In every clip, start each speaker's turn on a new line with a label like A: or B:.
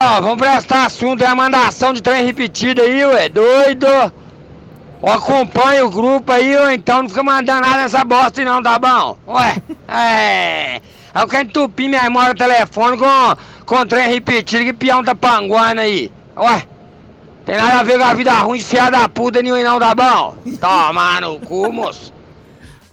A: Ó, vamos prestar assunto, é a mandação de trem repetido aí, ué, doido. Ó, acompanha o grupo aí, ou então não fica mandando nada nessa bosta aí não, tá bom? Ué, é... Aí eu quero entupir minha memória do telefone com, com trem repetido, que peão tá panguando aí. Ué, tem nada a ver com a vida ruim de fiar da puta nenhum aí não, tá bom? Toma no cu, moço.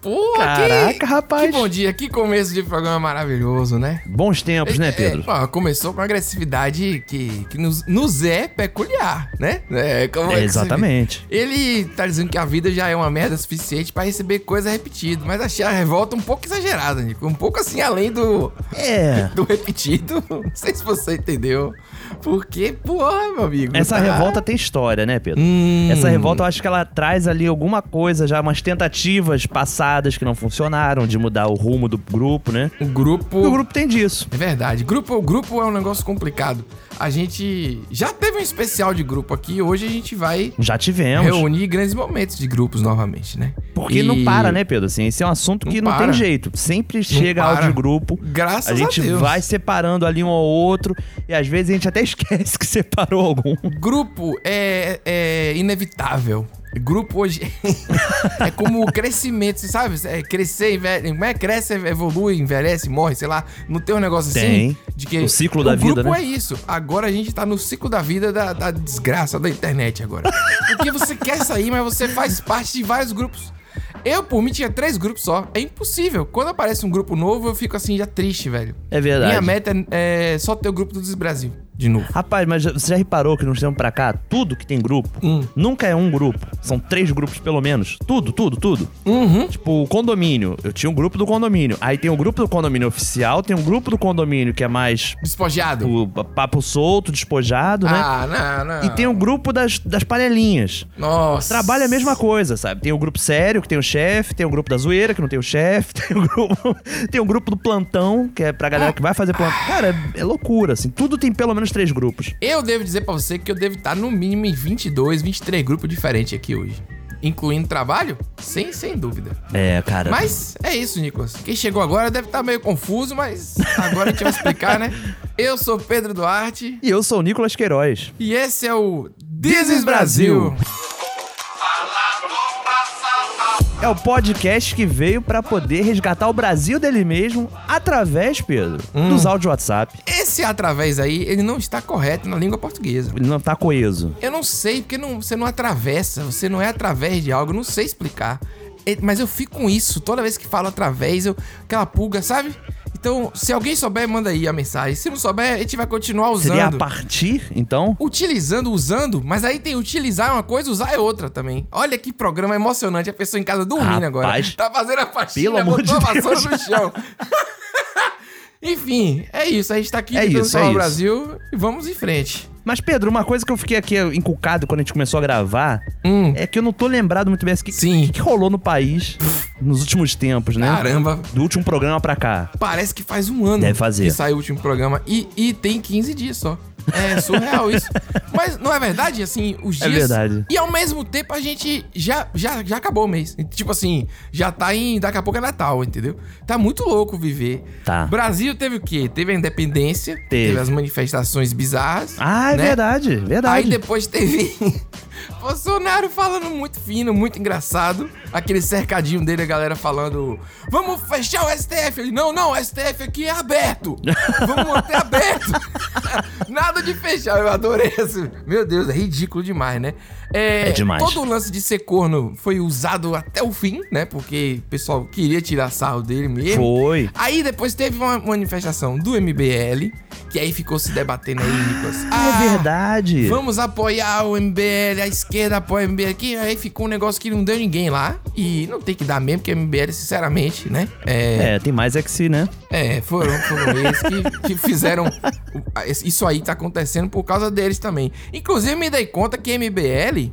B: Porra,
C: Caraca,
B: que,
C: rapaz.
B: Que bom dia, que começo de programa maravilhoso, né?
C: Bons tempos, né, Pedro?
B: É, ó, começou com uma agressividade que, que nos, nos é peculiar, né? É, como
C: É,
B: que você-
C: exatamente.
B: Ele tá dizendo que a vida já é uma merda suficiente pra receber coisa repetida, mas achei a revolta um pouco exagerada, Nico. Um pouco assim além do,
C: É.
B: do repetido. Não sei se você entendeu. Porque, porra, meu amigo.
C: Essa
B: tá-
C: revolta tem história, né, Pedro?
B: Hum.
C: Essa revolta eu acho que ela traz ali alguma coisa, já umas tentativas passadas que não funcionaram de mudar o rumo do grupo, né?
B: O grupo.
C: E o grupo tem disso.
B: É verdade. Grupo, grupo é um negócio complicado. A gente já teve um especial de grupo aqui. Hoje a gente vai
C: Já tivemos.
B: reunir grandes momentos de grupos novamente, né?
C: Porque
B: E
C: não para, né, Pedro? Assim, esse é um assunto que
B: Não
C: não,
B: para.
C: tem jeito. Sempre chega áudio
B: para.
C: de grupo.
B: Graças
C: a gente
B: Deus.
C: vai separando ali um ao outro. E às vezes a gente até esquece que separou algum.
B: Grupo é, é inevitável. Grupo hoje é como o crescimento, você sabe? É crescer, envelhece, como é? Cresce, evolui, envelhece, morre, sei lá. Não tem um negócio assim?
C: Tem.
B: De que
C: O ciclo da
B: grupo
C: vida, né?
B: é isso. Agora a gente tá no ciclo da vida da, da desgraça da internet agora. Porque você quer sair, mas você faz parte de vários grupos. Eu, por mim, tinha três grupos só. É impossível. Quando aparece um grupo novo, eu fico assim, já triste, velho.
C: É verdade.
B: Minha meta é é só ter o grupo do Desbrasil, de novo.
C: Rapaz, mas você já reparou que nós temos pra cá, tudo que tem grupo,
B: Hum.
C: nunca é um grupo. São três grupos, pelo menos. Tudo, tudo, tudo.
B: Uhum.
C: Tipo, o condomínio. Eu tinha um grupo do condomínio. Aí tem o grupo do condomínio oficial, tem um grupo do condomínio que é mais
B: Despojado.
C: o papo solto, despojado, né?
B: Ah, não, não.
C: E tem o grupo das, das panelinhas.
B: Nossa.
C: Trabalha a mesma coisa, sabe? Tem o grupo sério, que tem o chefe, tem o grupo da zoeira, que não tem o chefe, tem o grupo, tem o grupo do plantão, que é pra galera que vai fazer plantão. Cara, é, é loucura, assim. Tudo tem pelo menos três grupos.
B: Eu devo dizer pra você que eu devo estar no mínimo em 22, 23 grupos diferentes aqui hoje. Incluindo trabalho? Sem, sem dúvida.
C: É, cara.
B: Mas é isso, Nicolas. Quem chegou agora deve estar meio confuso, mas agora a gente vai explicar, né? Eu sou Pedro Duarte
C: E eu sou o Nicolas Queiroz.
B: e esse é o This is Brasil.
C: É o podcast que veio pra poder resgatar o Brasil dele mesmo através, Pedro, dos áudios WhatsApp.
B: Hum. Esse através aí, ele não está correto na língua portuguesa.
C: Ele não tá coeso.
B: Eu não sei, porque não- você não atravessa, você não é através de algo, eu não sei explicar. É, mas eu fico com isso, toda vez que falo através, eu, aquela pulga, sabe? Então, se alguém souber, manda aí a mensagem. Se não souber, a gente vai continuar usando.
C: Seria a partir, então?
B: Utilizando, usando, mas aí tem utilizar é uma coisa, usar é outra também. Olha que programa emocionante, a pessoa em casa dormindo agora.
C: Rapaz,
B: Tá fazendo a faxina,
C: pelo amor
B: botou a
C: de
B: vassoura
C: Deus.
B: no chão. Enfim, é isso, a gente tá aqui
C: É
B: tentando
C: isso, é
B: salvar o
C: isso.
B: Brasil e vamos em frente.
C: Mas, Pedro, uma coisa que eu fiquei aqui encucado quando a gente começou a gravar
B: Hum.
C: é que eu não tô lembrado muito bem assim, o que,
B: Sim.
C: o que rolou no país nos últimos tempos, né?
B: Caramba,
C: Do último programa pra cá.
B: Parece que faz um ano
C: Deve fazer.
B: que saiu o último programa. E, e tem 15 dias só. É surreal isso. Mas não é verdade? Assim, os
C: É
B: dias.
C: verdade.
B: E ao mesmo tempo a gente já, já, já acabou o mês. Tipo assim, já tá em. Daqui a pouco é Natal, entendeu? Tá muito louco viver.
C: Tá.
B: Brasil teve o quê? Teve a independência, teve,
C: Teve.
B: as manifestações bizarras.
C: Ah, é
B: né?
C: verdade, verdade.
B: Aí depois teve Bolsonaro falando muito fino, muito engraçado. Aquele cercadinho dele, a galera falando: Vamos fechar o STF. Ele: Não, não, o STF aqui é aberto. Vamos manter aberto. Nada de fechar. Eu adorei isso. Meu Deus, é ridículo demais, né?
C: É demais.
B: Todo o lance de ser corno foi usado até o fim, né? Porque o pessoal queria tirar sarro dele mesmo.
C: Foi.
B: Aí depois teve uma manifestação do MBL, que aí ficou se debatendo aí, Nicolas.
C: Ah, é verdade.
B: Vamos apoiar o MBL, a esquerda apoia o MBL. Que aí ficou um negócio que não deu ninguém lá. E não tem que dar mesmo, porque o MBL, sinceramente, né? É,
C: É, tem mais é que se, né?
B: é, foram, foram eles que, que fizeram. o- Isso aí tá acontecendo por causa deles também. Inclusive, me dei conta que MBL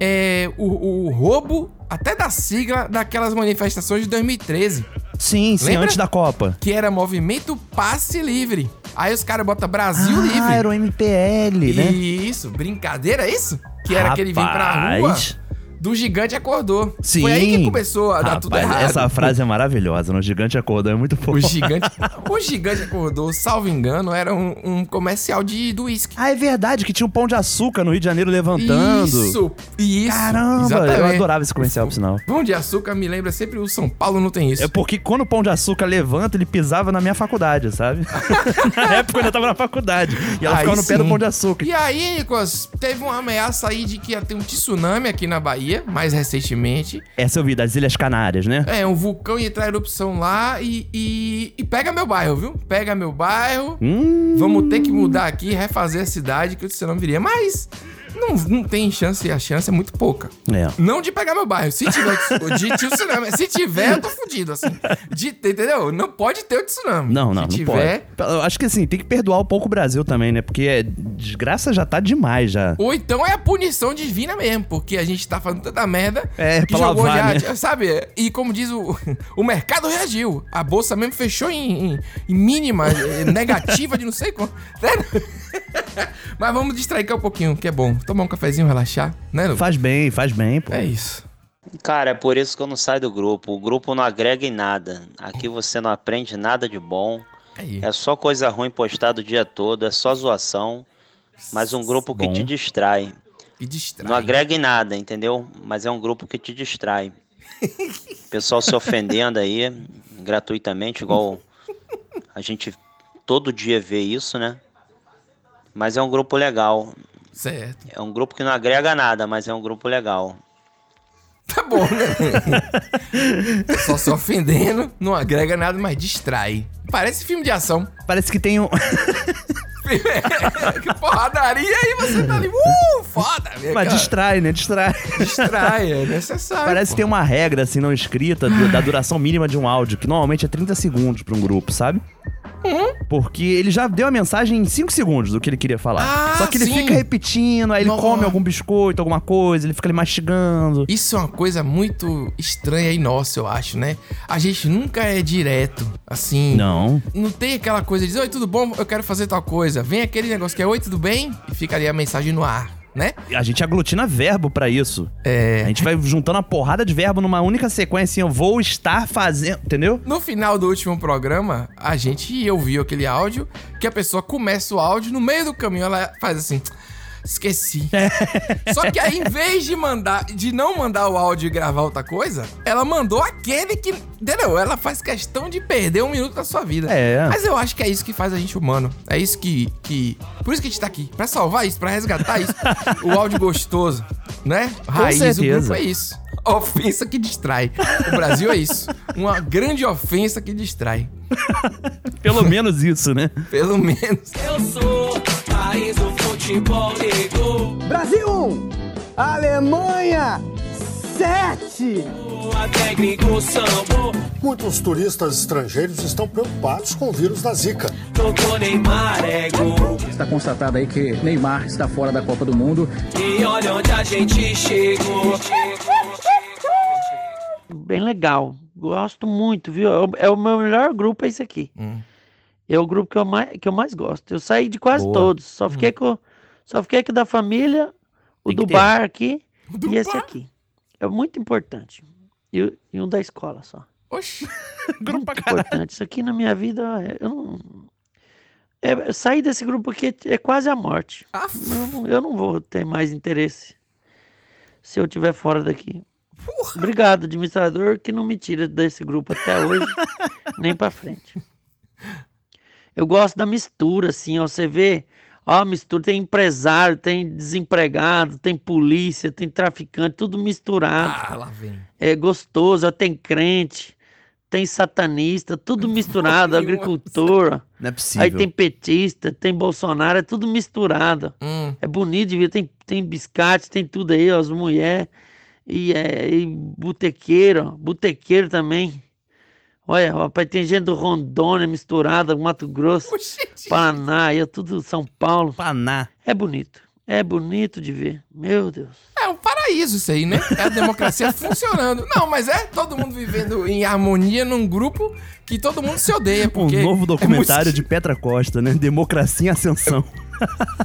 B: é o, o roubo até da sigla daquelas manifestações de 2013
C: Sim, sim,
B: Lembra?
C: antes da Copa.
B: que era movimento passe livre. Aí os caras botam Brasil
C: ah,
B: livre.
C: era o MPL, né?
B: Isso, brincadeira, é isso? Que era aquele vim pra rua
C: Rapaz.
B: do gigante acordou.
C: Sim.
B: Foi aí que começou a dar tudo
C: Rapaz,
B: errado.
C: Essa frase é maravilhosa, né? O gigante acordou, é muito
B: O
C: forte.
B: gigante, o gigante acordou, salvo engano, era um, um comercial de do uísque.
C: Ah, é verdade, que tinha um pão de açúcar no Rio de Janeiro levantando.
B: Isso, isso.
C: Caramba,
B: exatamente.
C: eu adorava esse comercial, por sinal.
B: Pão de açúcar me lembra sempre o São Paulo não tem isso.
C: É porque quando o Pão de Açúcar levanta, ele pisava na minha faculdade, sabe? na época eu ainda tava na faculdade. E ela
B: Aí
C: ficava no pé
B: sim.
C: do Pão de Açúcar.
B: E aí, Nicolas, teve uma ameaça aí de que ia ter um tsunami aqui na Bahia, mais recentemente.
C: Essa eu vi, das Ilhas Canárias, né?
B: É, um vulcão ia entrar em erupção lá e, e, e pega meu bairro, viu? Pega meu bairro.
C: Hum,
B: Vamos ter que mudar aqui, refazer a cidade, que o tsunami viria. Mas não, não tem chance, a chance é muito pouca.
C: é.
B: Não de pegar meu bairro. Se tiver de, de tsunami, um se tiver, eu tô fudido, assim. De, entendeu? Não pode ter o tsunami.
C: Não, não,
B: Se
C: não
B: tiver,
C: pode. Eu acho que assim, tem que perdoar um pouco o Brasil também, né? Porque é, desgraça já tá demais já.
B: Ou então é a punição divina mesmo, porque a gente tá falando tanta merda
C: É,
B: que
C: pra
B: jogou
C: lavar,
B: já, sabe? E como diz o. O mercado reagiu. A bolsa mesmo fechou em, em- em mínima, eh, negativa de não sei quanto. Né? Mas vamos distrair aqui um pouquinho, que é bom. Tomar um cafezinho, relaxar, né? Lu?
C: Faz bem, faz bem, pô.
B: É isso.
D: Cara, é por isso que eu não saio do grupo. O grupo não agrega em nada. Aqui você não aprende nada de bom.
B: Aí.
D: É só coisa ruim postada o dia todo, é só zoação. Mas um grupo que
C: Bom.
D: te distrai.
B: E distrai.
D: Não agrega em nada, entendeu? Mas é um grupo que te distrai. O pessoal se ofendendo aí, gratuitamente, igual a gente todo dia vê isso, né? Mas é um grupo legal.
B: Certo.
D: É um grupo que não agrega nada, mas é um grupo legal.
B: Tá bom, né? Só se ofendendo, não agrega nada, mas distrai. Parece filme de ação.
C: Parece que tem um.
B: que porradaria e você tá ali. Uh, foda, velho.
C: Mas
B: cara.
C: distrai, né? Distrai.
B: Distrai, é necessário.
C: Parece que tem uma regra, assim, não escrita do- da duração mínima de um áudio, que normalmente é 30 segundos pra um grupo, sabe? Porque ele já deu a mensagem em 5 segundos do que ele queria falar.
B: Ah,
C: Só que ele
B: sim.
C: fica repetindo, aí ele
B: Nossa.
C: come algum biscoito, alguma coisa, ele fica ali mastigando.
B: Isso é uma coisa muito estranha e nossa, eu acho, né? A gente nunca é direto, assim.
C: Não.
B: Não tem aquela coisa de dizer, oi, tudo bom? Eu quero fazer tal coisa. Vem aquele negócio que é, oi, tudo bem? E fica ali a mensagem no ar, né?
C: A gente aglutina verbo pra isso. É. A gente vai juntando uma porrada de verbo numa única sequência, assim, eu vou estar fazendo, entendeu?
B: No final do último programa, a gente ouviu aquele áudio que a pessoa começa o áudio, no meio do caminho ela faz assim. Esqueci.
C: É.
B: Só que aí, em vez de mandar, de não mandar o áudio e gravar outra coisa, ela mandou aquele que. Entendeu? Ela faz questão de perder um minuto da sua vida.
C: É.
B: Mas eu acho que é isso que faz a gente humano. É isso que. que... Por isso que a gente tá aqui. Pra salvar isso, pra resgatar isso. o áudio gostoso, né? Raiz do grupo
C: certeza.
B: é isso. Ofensa que distrai. O Brasil é isso. Uma grande ofensa que distrai.
C: Pelo menos isso, né?
B: Pelo menos.
E: Eu sou país do futebol negro.
F: Brasil 1, Alemanha 7.
E: Até gringo sambou.
G: Muitos turistas estrangeiros estão preocupados com o vírus da Zika.
E: Tocou Neymar é gol.
H: Está constatado aí que Neymar está fora da Copa do Mundo.
E: E olha onde a gente chegou.
I: bem legal. Gosto muito, viu? É o, é o meu melhor grupo, é esse aqui.
B: Hum.
I: É o grupo que eu mais, que eu mais gosto. Eu saí de quase
C: Boa. Hum.
I: todos. Só fiquei com, só fiquei com o da família, o
C: Tem
I: do
C: que ter.
I: bar aqui
B: Do
I: e esse
B: bar.
I: aqui. É muito importante. E, o- e um da escola só.
B: Oxi.
C: Grupo pra caralho.
I: Importante. Isso aqui na minha vida, eu não. É, sair desse grupo aqui é quase a morte.
B: Ah,
I: Eu não, eu não vou ter mais interesse se eu estiver fora daqui. Obrigado, administrador, que não me tira desse grupo até hoje, nem pra frente. Eu gosto da mistura, assim, ó, você vê, ó, a mistura, tem empresário, tem desempregado, tem polícia, tem traficante, tudo misturado.
B: ah, lá vem.
I: É gostoso, ó, tem crente, tem satanista, tudo misturado,
B: Nossa.
I: agricultor, ó,
C: Não é possível.
I: aí tem petista, tem Bolsonaro, é tudo misturado.
D: Mm.
B: Hum.
I: É bonito de ver, tem, tem biscate, tem tudo aí, ó, as mulheres. E, é, e botequeiro, ó, botequeiro também. Olha, rapaz, tem gente do Rondônia misturada, Mato Grosso,
B: Oxi.
I: Paraná, e é tudo São Paulo.
C: Paná.
I: É bonito, é bonito de ver. Meu Deus.
B: É um paraíso isso aí, né? É a democracia funcionando. Não, mas é todo mundo vivendo em harmonia num grupo que todo mundo se odeia.
C: Um
B: Porque
C: novo
B: é muito-
C: documentário de Petra Costa, né? Democracia em Ascensão.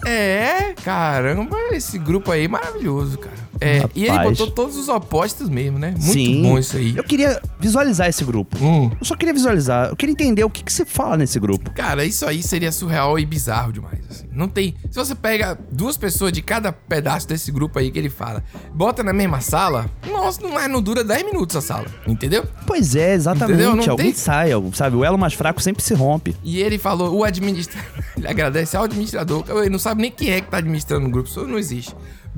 B: É, caramba, esse grupo aí é maravilhoso, cara. É, e ele
C: Rapaz.
B: botou todos os opostos mesmo, né? Muito
C: Sim.
B: bom isso aí.
C: Eu queria visualizar esse grupo.
B: Hum.
C: Eu só queria visualizar. Eu queria entender o que, que se fala nesse grupo.
B: Cara, isso aí seria surreal e bizarro demais. assim. Não tem. Se você pega duas pessoas de cada pedaço desse grupo aí que ele fala, bota na mesma sala, nossa, não, é- não dura 10 minutos a sala, entendeu?
C: Pois é, exatamente.
B: Entendeu? Não
C: Alguém
B: tem-
C: sai, algum- sabe? O elo mais fraco sempre se rompe.
B: E ele falou, o administrador. Ele agradece ao administrador. Ele não sabe nem quem é que tá administrando o grupo, isso não existe.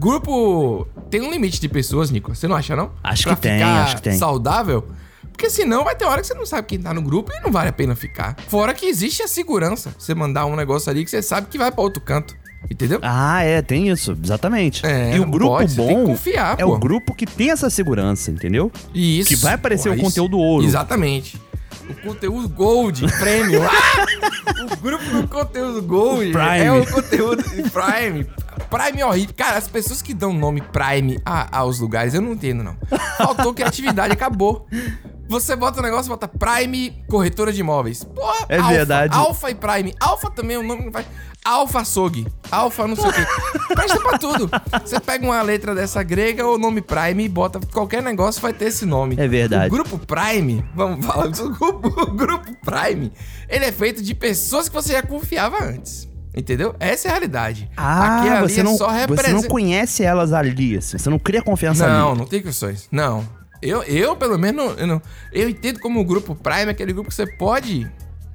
B: Grupo. Tem um limite de pessoas, Nico. Você não acha, não?
C: Acho
B: Pra
C: que tem,
B: ficar
C: acho que tem.
B: saudável. Porque senão vai ter hora que você não sabe quem tá no grupo e não vale a pena ficar. Fora que existe a segurança. Você mandar um negócio ali que você sabe que vai pra outro canto. Entendeu?
C: Ah, é, tem isso, exatamente.
B: É,
C: e o grupo
B: pode, tem que
C: bom
B: confiar,
C: é
B: pô.
C: o grupo que tem essa segurança, entendeu?
B: Isso.
C: Que vai aparecer o
B: isso.
C: conteúdo ouro.
B: Exatamente. O conteúdo Gold, prêmio.
C: né?
B: Ah! o grupo do conteúdo Gold
C: Prime.
B: é o conteúdo Prime. Prime é horrível. Cara, as pessoas que dão nome Prime a- aos lugares, eu não entendo, não. Faltou criatividade, acabou. Você bota o negócio, bota Prime Corretora de Imóveis. Porra,
C: É
B: Alfa,
C: verdade.
B: Alfa e Prime. Alfa também é um nome que não faz. Alfa Açougue. Alfa não sei o quê. Presta pra tudo. Você pega uma letra dessa grega ou nome Prime e bota qualquer negócio, vai ter esse nome.
C: É verdade.
B: O grupo Prime, vamos falar disso, o grupo, o grupo Prime, ele é feito de pessoas que você já confiava antes. Entendeu? Essa é a realidade.
C: Ah,
B: Aqui e ali
C: você,
B: é
C: não,
B: só
C: você não
B: representa.
C: conhece elas ali, assim, você não cria confiança
B: Não,
C: ali.
B: não tem condições. Não. Eu, eu pelo menos, não- eu, não, eu entendo como o grupo Prime é aquele grupo que você pode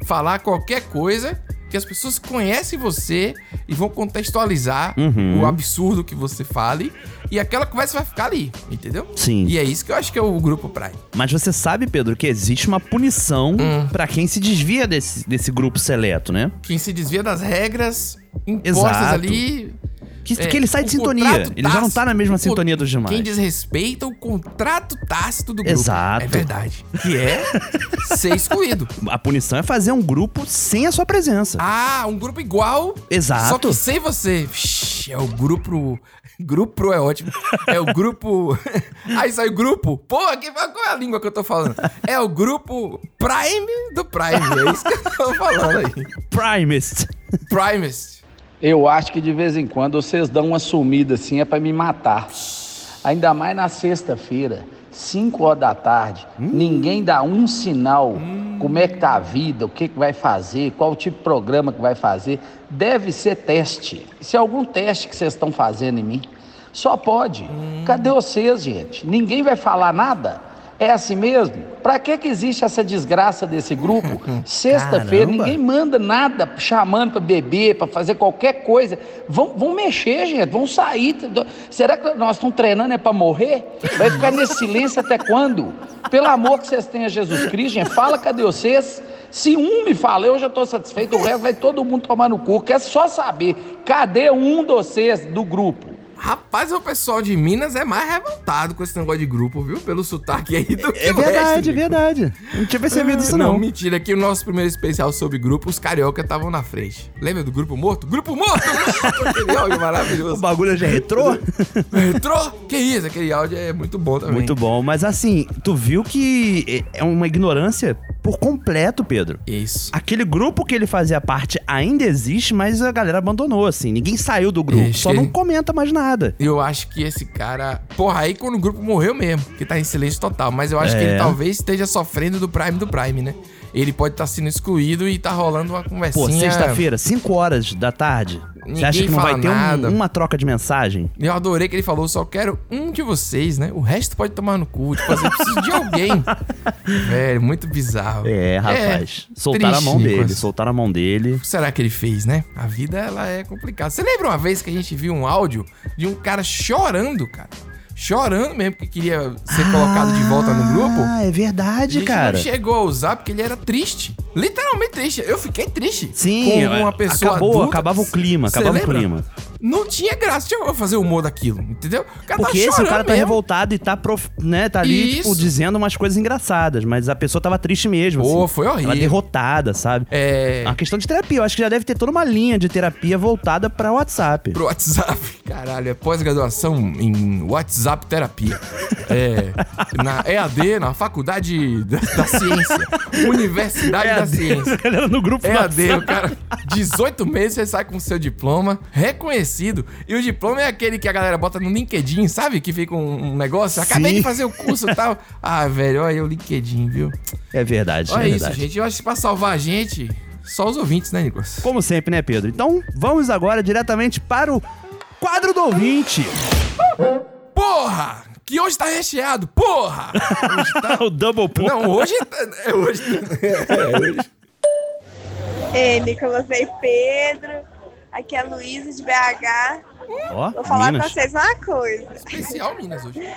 B: falar qualquer coisa que as pessoas conhecem você e vão contextualizar
C: Uhum.
B: o absurdo que você fale e aquela conversa vai ficar ali, entendeu?
C: Sim.
B: E é isso que eu acho que é o grupo Prime.
C: Mas você sabe, Pedro, que existe uma punição
B: Hum.
C: pra quem se desvia desse, desse grupo seleto, né?
B: Quem se desvia das regras impostas
C: Exato.
B: ali.
C: Que,
B: é,
C: que ele sai de
B: o
C: sintonia.
B: contrato
C: Ele já não tá
B: tácito,
C: na mesma
B: o con-
C: sintonia dos demais.
B: Quem desrespeita o contrato tácito do grupo.
C: Exato.
B: É verdade. Que é ser excluído.
C: A punição é fazer um grupo sem a sua presença.
B: Ah, um grupo igual.
C: Exato.
B: Só que sem você. Vixe, é o grupo. Grupo é ótimo. É o grupo. Aí sai o grupo. Pô, que, qual é a língua que eu tô falando? É o grupo Prime do Prime. É isso que eu tô falando aí.
C: Primest.
B: Primest.
E: Eu acho que de vez em quando vocês dão uma sumida assim, é pra me matar. Ainda mais na sexta-feira, 5 horas da tarde,
B: Hum.
E: ninguém dá um sinal. Como é que tá a vida, o que, que vai fazer, qual tipo de programa que vai fazer. Deve ser teste. Isso é algum teste que vocês estão fazendo em mim. Só pode.
B: Hum.
E: Cadê vocês, gente? Ninguém vai falar nada? É assim mesmo? Pra que, que existe essa desgraça desse grupo? Sexta-feira,
C: Caramba.
E: ninguém manda nada chamando pra beber, pra fazer qualquer coisa. Vão, vão mexer, gente, vão sair. Tá Será que nós estamos treinando é pra morrer? Vai ficar nesse silêncio até quando? Pelo amor que vocês têm a Jesus Cristo, gente, fala cadê vocês? Se um me fala, eu já estou satisfeito, o resto vai todo mundo tomar no cu. Quer só saber, cadê um de vocês do grupo?
B: Rapaz, o pessoal de Minas é mais revoltado com esse negócio de grupo, viu? Pelo sotaque aí do que
C: É
B: o resto,
C: verdade, é
B: Nico.
C: verdade. Não tinha percebido isso,
B: Não,
C: não.
B: mentira, que o nosso primeiro especial sobre grupo, os carioca estavam na frente. Lembra do grupo morto? Grupo morto! aquele áudio
C: O
B: maravilhoso.
C: bagulho já retrô?
B: Entrou? Que isso? Aquele áudio é muito bom também.
C: Muito bom, mas assim, tu viu que é uma ignorância por completo, Pedro.
B: Isso.
C: Aquele grupo que ele fazia parte ainda existe, mas a galera abandonou, assim. Ninguém saiu do grupo,
B: Acho
C: só
B: que-
C: não comenta mais nada.
B: Eu acho que esse cara. Porra, aí quando o grupo morreu mesmo, que tá em silêncio total. Mas eu acho que
C: É.
B: ele talvez esteja sofrendo do Prime do Prime, né? Ele pode estar sendo excluído e tá rolando uma
C: Pô,
B: conversinha.
C: sexta-feira, 5 horas da tarde. Você
B: assim, é Ninguém
C: acha que não
B: fala
C: vai ter um-
B: nada.
C: uma troca de mensagem?
B: Eu adorei que ele falou, só quero um de vocês, né? O resto pode tomar no cu. Tipo assim, eu preciso de alguém. Velho, muito bizarro.
C: É, rapaz. soltaram a
B: triste,
C: mão dele,
B: Nicolas.
C: soltaram a mão dele.
B: O que será que ele fez, né? A vida, ela é complicada. Você lembra uma vez que a gente viu um áudio de um cara chorando, cara? Chorando mesmo, porque queria ser colocado de volta no grupo?
C: Ah, é
B: A
C: verdade,
B: gente
C: cara.
B: não chegou a usar porque ele era triste. Literalmente triste. Eu fiquei triste.
C: Sim, é,
B: com uma pessoa
C: acabou,
B: adulta.
C: acabava o clima,
B: Cê
C: acabava o
B: lembra?
C: clima.
B: Não tinha graça. Tinha como eu fazer humor daquilo, entendeu? O cara
C: Porque esse
B: chorando
C: cara tá
B: mesmo.
C: revoltado e tá, prof- né, tá ali, tipo,
B: Isso.
C: dizendo umas coisas engraçadas, mas a pessoa tava triste mesmo.
B: Pô,
C: assim.
B: foi horrível.
C: Ela derrotada, sabe?
B: É.
C: É uma questão de terapia. Eu acho que já deve ter toda uma linha de terapia voltada pra WhatsApp.
B: Pro WhatsApp, Caralho, é pós-graduação em WhatsApp terapia. É, na EAD, na Faculdade da, da Ciência. Universidade da Ciência.
C: A galera no grupo do
B: É AD,
C: WhatsApp.
B: o cara. 18 meses você sai com seu diploma, reconhecido. E o diploma é aquele que a galera bota no LinkedIn, sabe? Que fica um, um negócio. Acabei de fazer o curso e tal. Ah, velho, olha aí o LinkedIn, viu?
C: É verdade,
B: Olha
C: é
B: isso,
C: verdade.
B: gente. Eu acho que pra salvar a gente, só os ouvintes, né, Nicolas?
C: Como sempre, né, Pedro? Então, vamos agora diretamente para o quadro do ouvinte.
B: Porra! Que hoje tá recheado, porra! Hoje tá...
C: o Double Pull.
B: Não, hoje tá. É hoje. É hoje.
J: Ei, Nicolas e Pedro. Aqui é a Luísa de BH.
C: Ó,
J: Vou falar
C: Minas.
J: pra vocês uma coisa.
B: Especial, Minas, hoje.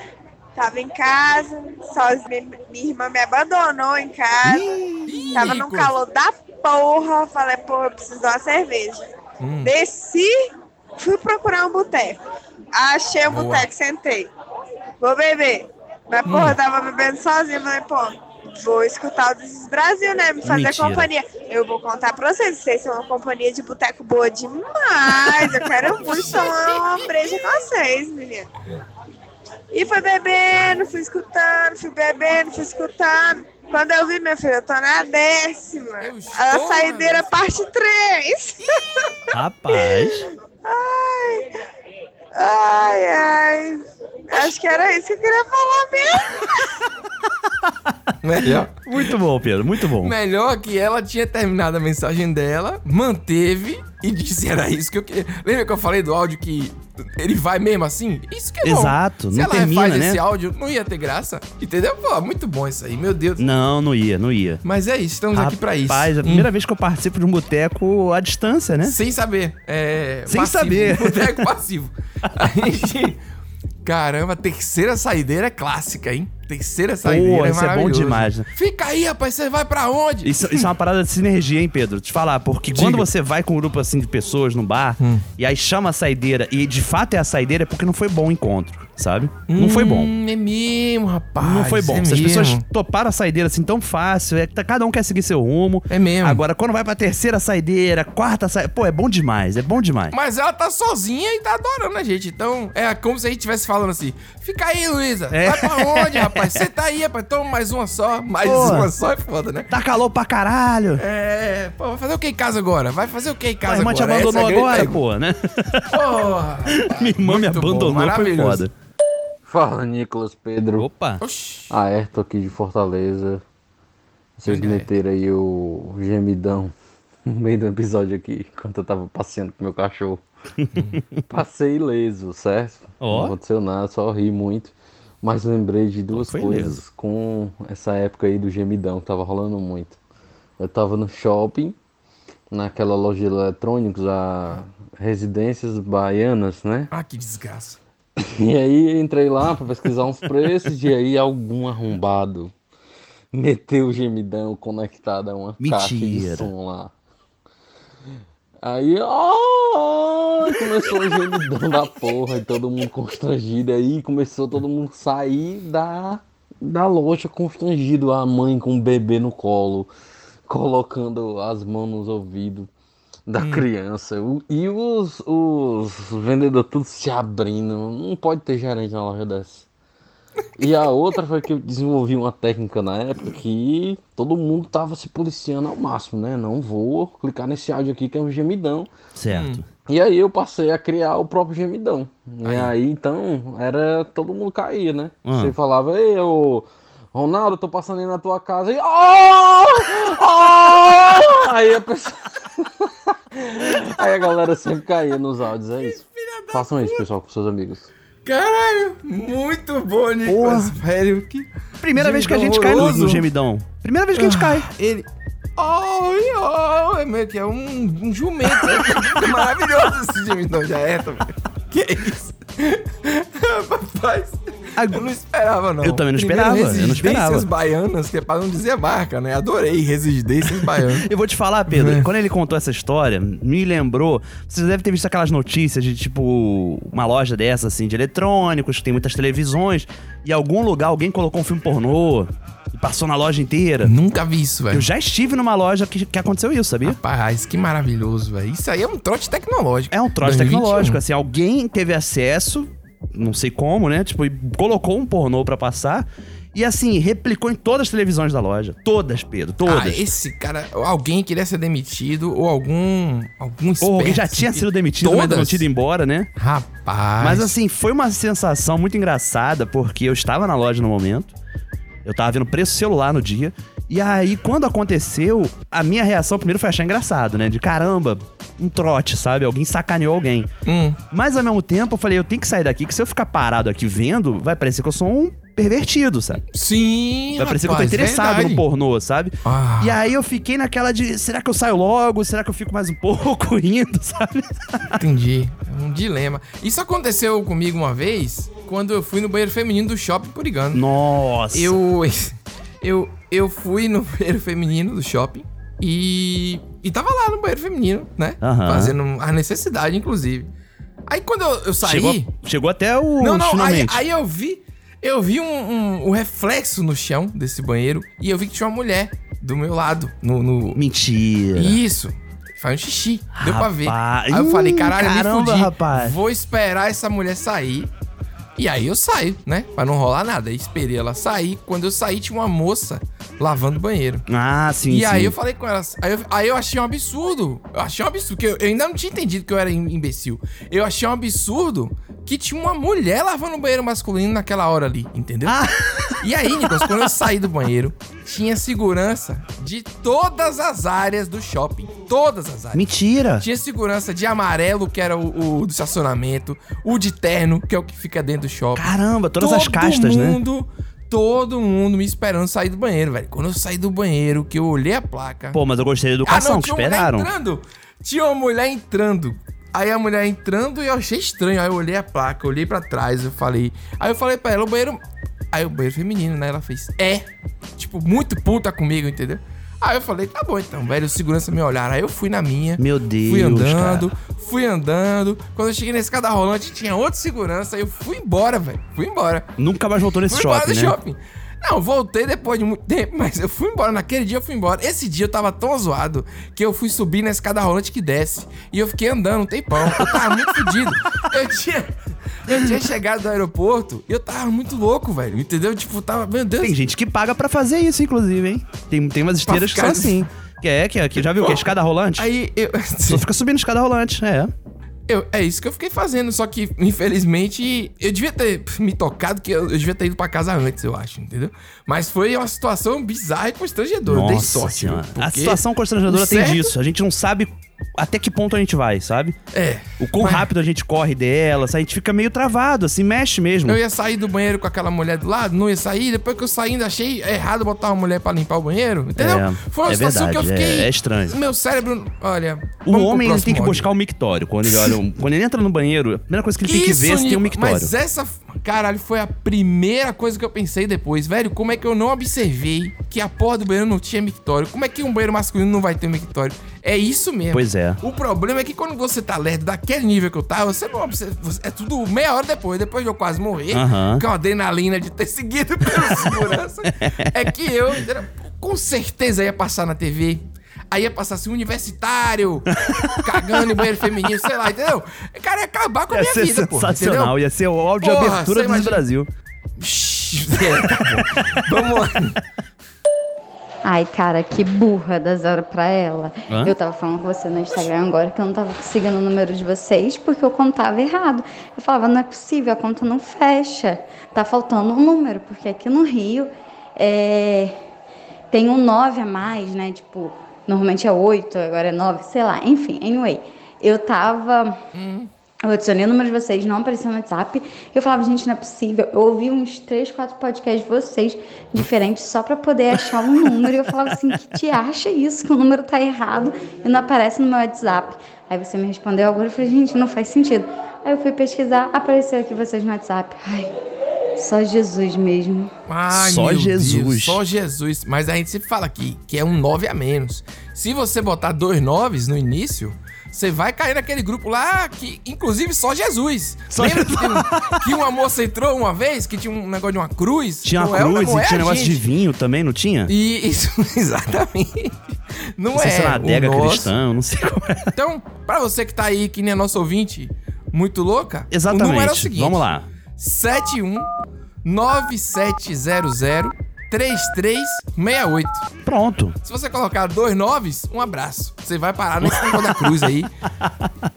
J: Tava em casa, sozinha. Minha irmã me abandonou em casa.
B: Ih,
J: Tava num
B: Nicolas.
J: calor da porra. Falei, porra, eu preciso de uma cerveja.
B: Hum.
J: Desci, fui procurar um boteco. Achei o
B: Boa.
J: boteco, sentei. Vou beber. Mas,
B: Hum.
J: porra, eu tava bebendo sozinha. Falei, pô, vou escutar o Desis Brasil, né? Me fazer
C: Mentira.
J: companhia. Eu vou contar pra vocês. Vocês são uma companhia de boteco boa demais. Eu quero muito tomar uma breja com vocês, menina. E foi bebendo, fui escutando, fui bebendo, fui escutando. Quando eu vi, minha filha, eu tô na décima.
B: Eu estou
J: A
B: na
J: saideira
B: décima.
J: parte 3.
C: Rapaz.
J: Ai, ai, ai. Acho que era isso que eu queria falar mesmo.
B: Melhor.
C: Muito bom, Pedro, muito bom.
B: Melhor é que ela tinha terminado a mensagem dela, manteve e disse era isso que eu queria. Lembra que eu falei do áudio que ele vai mesmo assim? Isso que é bom.
C: Exato,
B: Se
C: não
B: ela
C: termina,
B: refaz
C: né?
B: esse áudio, não ia ter graça. Entendeu? Pô, muito bom isso aí, meu Deus.
C: Não, não ia, não ia.
B: Mas é isso, estamos aqui pra isso.
C: Rapaz, é a
B: Hum.
C: primeira vez que eu participo de um boteco à distância, né?
B: Sem saber. É,
C: Sem
B: passivo,
C: saber.
B: Boteco passivo. A gente. Caramba, terceira saideira é clássica, hein? Terceira saideira é
C: isso é bom
B: maravilhoso.
C: demais, né?
B: Fica aí, rapaz, você vai pra onde?
C: Isso, isso é uma parada de sinergia, hein, Pedro? Te falar, porque
B: Diga. Hum.
C: quando você vai com um grupo assim de pessoas no bar e aí chama a saideira e de fato é a saideira é porque não foi bom o encontro, sabe? não foi bom.
B: Hum, É mesmo, rapaz.
C: Não foi bom.
B: É
C: Se as pessoas
B: mesmo.
C: toparam a saideira assim tão fácil, é que tá- cada um quer seguir seu rumo.
B: É mesmo.
C: Agora, quando vai pra terceira saideira, quarta saideira. Pô, é bom demais, é bom demais.
B: Mas ela tá sozinha e tá adorando a gente. Então, é como se a gente estivesse falando assim: fica aí, Luísa.
C: É.
B: Vai pra onde, rapaz? Você tá aí, rapaz. Toma mais uma só. Mais
C: Porra.
B: uma só é foda, né?
C: Tá calor pra caralho.
B: É. Pô, vai fazer o que em casa agora? Vai fazer o que em
C: Minha
B: casa
C: irmã te
B: agora?
C: abandonou
B: Essa é a grande
C: agora, pô, né?
B: Porra!
C: Minha irmã me
B: Muito bom,
C: abandonou, foi
B: maravilhoso.
C: foda.
H: Fala, Nicolas Pedro.
C: Opa.
B: Oxi!
H: Aerto Ah, é, aqui de Fortaleza. Vocês
B: Olha aí.
H: meteram aí o gemidão no meio do episódio aqui, quando eu tava passeando com meu cachorro. Passei ileso, certo?
C: Ó.
H: Não aconteceu nada, só ri muito. Mas lembrei de duas
C: Foi
H: coisas
C: ileso.
H: com essa época aí do gemidão que tava rolando muito. Eu tava no shopping, naquela loja de eletrônicos, a Residências Baianas, né?
B: Ah, que desgraça.
H: E aí entrei lá pra pesquisar uns preços e aí algum arrombado meteu o gemidão conectado a uma caixa
C: Mentira.
H: de som lá. Aí, ó, começou o gemidão da porra e todo mundo constrangido. Aí começou todo mundo sair da, da loja constrangido. A mãe com o bebê no colo, colocando as mãos nos ouvidos da criança. O- E os, os vendedores tudo se abrindo. Não pode ter gerente na loja dessa. E a outra foi que eu desenvolvi uma técnica na época que todo mundo tava se policiando ao máximo, né? Não vou clicar nesse áudio aqui que é um gemidão.
C: Certo.
H: E aí eu passei a criar o próprio gemidão.
B: Aí.
H: E aí então era todo mundo cair, né?
C: Ah.
H: Você falava, ei, ô, Ronaldo, eu tô passando aí na tua casa e. Oh! Oh! aí a pessoa. aí a galera sempre caía nos áudios, é isso. Façam isso, pessoal, com seus amigos.
B: Caralho, muito bom, Nicolas, velho. Que...
C: Primeira vez que a gente
B: Gemidão
C: cai no,
B: horroroso.
C: no gemidão. Primeira vez que a gente cai.
B: Ah, Ele. Oh, oh, é meio que é um, um jumento. É maravilhoso esse gemidão de Ayrton. Que isso? Rapaz,
C: Ag-
B: eu não esperava, não.
C: Eu também não
B: Primeiro,
C: esperava, eu não esperava.
B: Residências baianas, que é pra não dizer marca, né? Adorei residências baianas.
C: Eu vou te falar, Pedro,
B: É.
C: quando ele contou essa história, me lembrou. Vocês devem ter visto aquelas notícias de tipo uma loja dessa, assim, de eletrônicos, que tem muitas televisões, e em algum lugar alguém colocou um filme pornô. E passou na loja inteira.
B: Nunca vi isso, velho.
C: Eu já estive numa loja que, que aconteceu isso, sabia?
B: Rapaz, que maravilhoso, velho. Isso aí é um trote tecnológico.
C: É um trote
B: 2021.
C: tecnológico, assim, alguém teve acesso, não sei como, né? Tipo, e colocou um pornô pra passar. E assim, replicou em todas as televisões da loja. Todas, Pedro, todas.
B: Ah, esse cara, alguém queria ser demitido ou algum algum
C: Ou alguém
B: esperto,
C: já tinha
B: assim,
C: sido demitido, mas não
B: todas?
C: tido embora, né?
B: Rapaz.
C: Mas assim, foi uma sensação muito engraçada, porque eu estava na loja no momento, eu tava vendo preço celular no dia, e aí quando aconteceu, a minha reação primeiro foi achar engraçado, né? De caramba, um trote, sabe? Alguém sacaneou alguém.
B: Hum.
C: Mas ao mesmo tempo eu falei, eu tenho que sair daqui, que se eu ficar parado aqui vendo, vai parecer que eu sou um pervertido, sabe?
B: Sim,
C: Vai parecer que eu tô
B: rapaz,
C: interessado
B: verdade.
C: no pornô, sabe?
B: Ah.
C: E aí eu fiquei naquela de, será que eu saio logo? Será que eu fico mais um pouco rindo, sabe?
B: Entendi. É um dilema. Isso aconteceu comigo uma vez quando eu fui no banheiro feminino do shopping por engano.
C: Nossa.
B: Eu eu eu fui no banheiro feminino do shopping e e tava lá no banheiro feminino, né?
C: Aham.
B: Fazendo a necessidade inclusive. Aí quando eu, eu saí,
C: Chegou, chegou até o
B: Não, não, aí,
C: finalmente.
B: aí eu vi. Eu vi um, um- um reflexo no chão desse banheiro e eu vi que tinha uma mulher do meu lado. No, no-
C: Mentira.
B: Isso. Faz um xixi. Deu pra ver.
C: Rapaz.
B: Aí eu falei,
C: Ih,
B: caralho, me
C: caramba,
B: fudi.
C: rapaz.
B: Vou esperar essa mulher sair. E aí eu saio, né? Pra não rolar nada. Aí esperei ela sair. Quando eu saí, tinha uma moça lavando o banheiro.
C: Ah, sim,
B: e
C: sim.
B: aí eu falei com ela. Aí eu, aí eu achei um absurdo. Eu achei um absurdo. Porque eu, eu ainda não tinha entendido que eu era im- imbecil. Eu achei um absurdo que tinha uma mulher lavando o banheiro masculino naquela hora ali, entendeu?
C: Ah.
B: E aí, Nicolas, quando eu saí do banheiro, tinha segurança de todas as áreas do shopping. Todas as áreas.
C: Mentira.
B: Tinha segurança de amarelo, que era o, o do estacionamento, o de terno, que é o que fica dentro do shopping.
C: Caramba, todas as castas,
B: todo
C: né?
B: mundo, Todo mundo me esperando sair do banheiro, velho. Quando eu saí do banheiro, que eu olhei a placa.
C: Pô, mas eu gostei da
B: Ah,
C: educação, que
B: tinha uma mulher
C: esperaram.
B: entrando. Tinha uma mulher entrando. Aí a mulher entrando e eu achei estranho. Aí eu olhei a placa, olhei pra trás, eu falei. Aí eu falei pra ela, o banheiro. Aí o banheiro feminino, né? Ela fez, é. Tipo, muito puta comigo, entendeu? Aí eu falei, tá bom então, velho. os Segurança me olharam. Aí eu fui na minha.
C: Meu Deus,
B: Fui andando,
C: cara.
B: fui andando. Quando eu cheguei na escada rolante, tinha outro segurança. Aí eu fui embora, velho. Fui embora.
C: Nunca mais voltou nesse
B: Fui embora
C: shopping,
B: do
C: né?
B: shopping. Não, voltei depois de muito tempo, mas eu fui embora. Naquele dia eu fui embora. Esse dia eu tava tão zoado que eu fui subir na escada rolante que desce. E eu fiquei andando um tempão. Eu tava muito fodido. Eu tinha. Eu tinha chegado do aeroporto e eu tava muito louco, velho. Entendeu? Tipo, eu tava. Meu Deus.
C: Tem gente que paga pra fazer isso, inclusive, hein? Tem, tem umas
B: Pra
C: esteiras que são
B: ficar-
C: assim. Que é, que é, que já viu? Que é escada rolante?
B: Aí eu.
C: Só fica subindo escada rolante, é.
B: Eu- é isso que eu fiquei fazendo, só que infelizmente eu devia ter me tocado, que eu, eu devia ter ido pra casa antes, eu acho, entendeu? Mas foi uma situação bizarra e constrangedora. eu dei sorte.
C: Senhora.
B: viu?
C: A
B: Porque
C: situação constrangedora
B: o
C: tem
B: certo-
C: disso. A gente não sabe até que ponto a gente vai, sabe?
B: É.
C: O quão
B: Mas-
C: rápido a gente corre dela, a gente fica meio travado, assim, mexe mesmo.
B: Eu ia sair do banheiro com aquela mulher do lado, não ia sair. Depois que eu saí, ainda achei errado botar uma mulher pra limpar o banheiro, entendeu?
C: É,
B: Foi uma
C: é
B: situação
C: verdade,
B: que eu fiquei.
C: é- é estranho.
B: Meu cérebro, olha.
C: O
B: vamos pro
C: homem ele tem
B: próximo
C: que
B: áudio.
C: buscar o mictório. Quando ele, olha um- quando ele entra no banheiro, a primeira coisa que ele tem que
B: Isso,
C: ver é se tem um
B: Nico,
C: mictório.
B: Mas essa, caralho, foi a primeira coisa que eu pensei depois. Velho, como é que eu não observei que a porra do banheiro não tinha mictório? Como é que um banheiro masculino não vai ter mictório? É isso mesmo.
C: Pois é.
B: O problema é que quando você tá lerdo daquele nível que eu tava, você não observa. você- É tudo meia hora depois. Depois de eu quase morrer,
C: Aham.
B: com a adrenalina de ter seguido pela segurança, é que eu entendeu? com certeza ia passar na TV. Aí ia passar assim, universitário, cagando em banheiro feminino, sei lá, entendeu? Cara, ia acabar com a
C: Ia
B: minha
C: ser
B: vida, pô.
C: sensacional, ia ser o áudio de
B: Porra,
C: abertura
B: você
C: do
B: imagina- é, tá
C: Brasil.
B: Vamos lá.
K: Ai, cara, que burra da zero pra ela.
L: Hã?
K: Eu tava falando com você no Instagram agora que eu não tava conseguindo o número de vocês porque eu contava errado. Eu falava, não é possível, a conta não fecha. Tá faltando um número, porque aqui no Rio é, tem um 9 a mais, né? Tipo, normalmente é 8, agora é 9, sei lá. Enfim, anyway. Eu tava.
B: Hum.
K: Eu adicionei o número de vocês, não apareceu no WhatsApp. Eu falava, gente, não é possível. Eu ouvi uns três, quatro podcasts de vocês diferentes só pra poder achar um número. E eu falava assim, que te acha isso? Que o número tá errado e não aparece no meu WhatsApp. Aí você me respondeu agora, eu falei, gente, não faz sentido. Aí eu fui pesquisar, apareceu aqui vocês no WhatsApp. Ai, só Jesus mesmo.
B: Ai,
C: Só
B: meu
C: Jesus.
B: Deus, só Jesus. Mas a gente sempre fala aqui que é um 9 a menos. Se você botar dois 9 no início, Você vai cair naquele grupo lá que, inclusive, só Jesus. Lembra que, teve um- que uma moça entrou uma vez que tinha um negócio de uma cruz?
C: Tinha
B: Não
C: uma
B: é-
C: cruz
B: não é
C: e
B: a
C: tinha negócio
B: gente.
C: de vinho também, não tinha?
B: E isso, exatamente. Não,
C: não sei
B: é.
C: se era
B: o
C: uma adega
B: nosso.
C: cristã, eu não sei como é.
B: Então, pra você que tá aí, que nem é nosso ouvinte, muito louca,
C: Exatamente.
B: o número é o seguinte.
C: Vamos lá.
B: 71 9700 3368.
C: Pronto.
B: Se você colocar dois noves, um abraço. Você vai parar nesse negócio da cruz aí.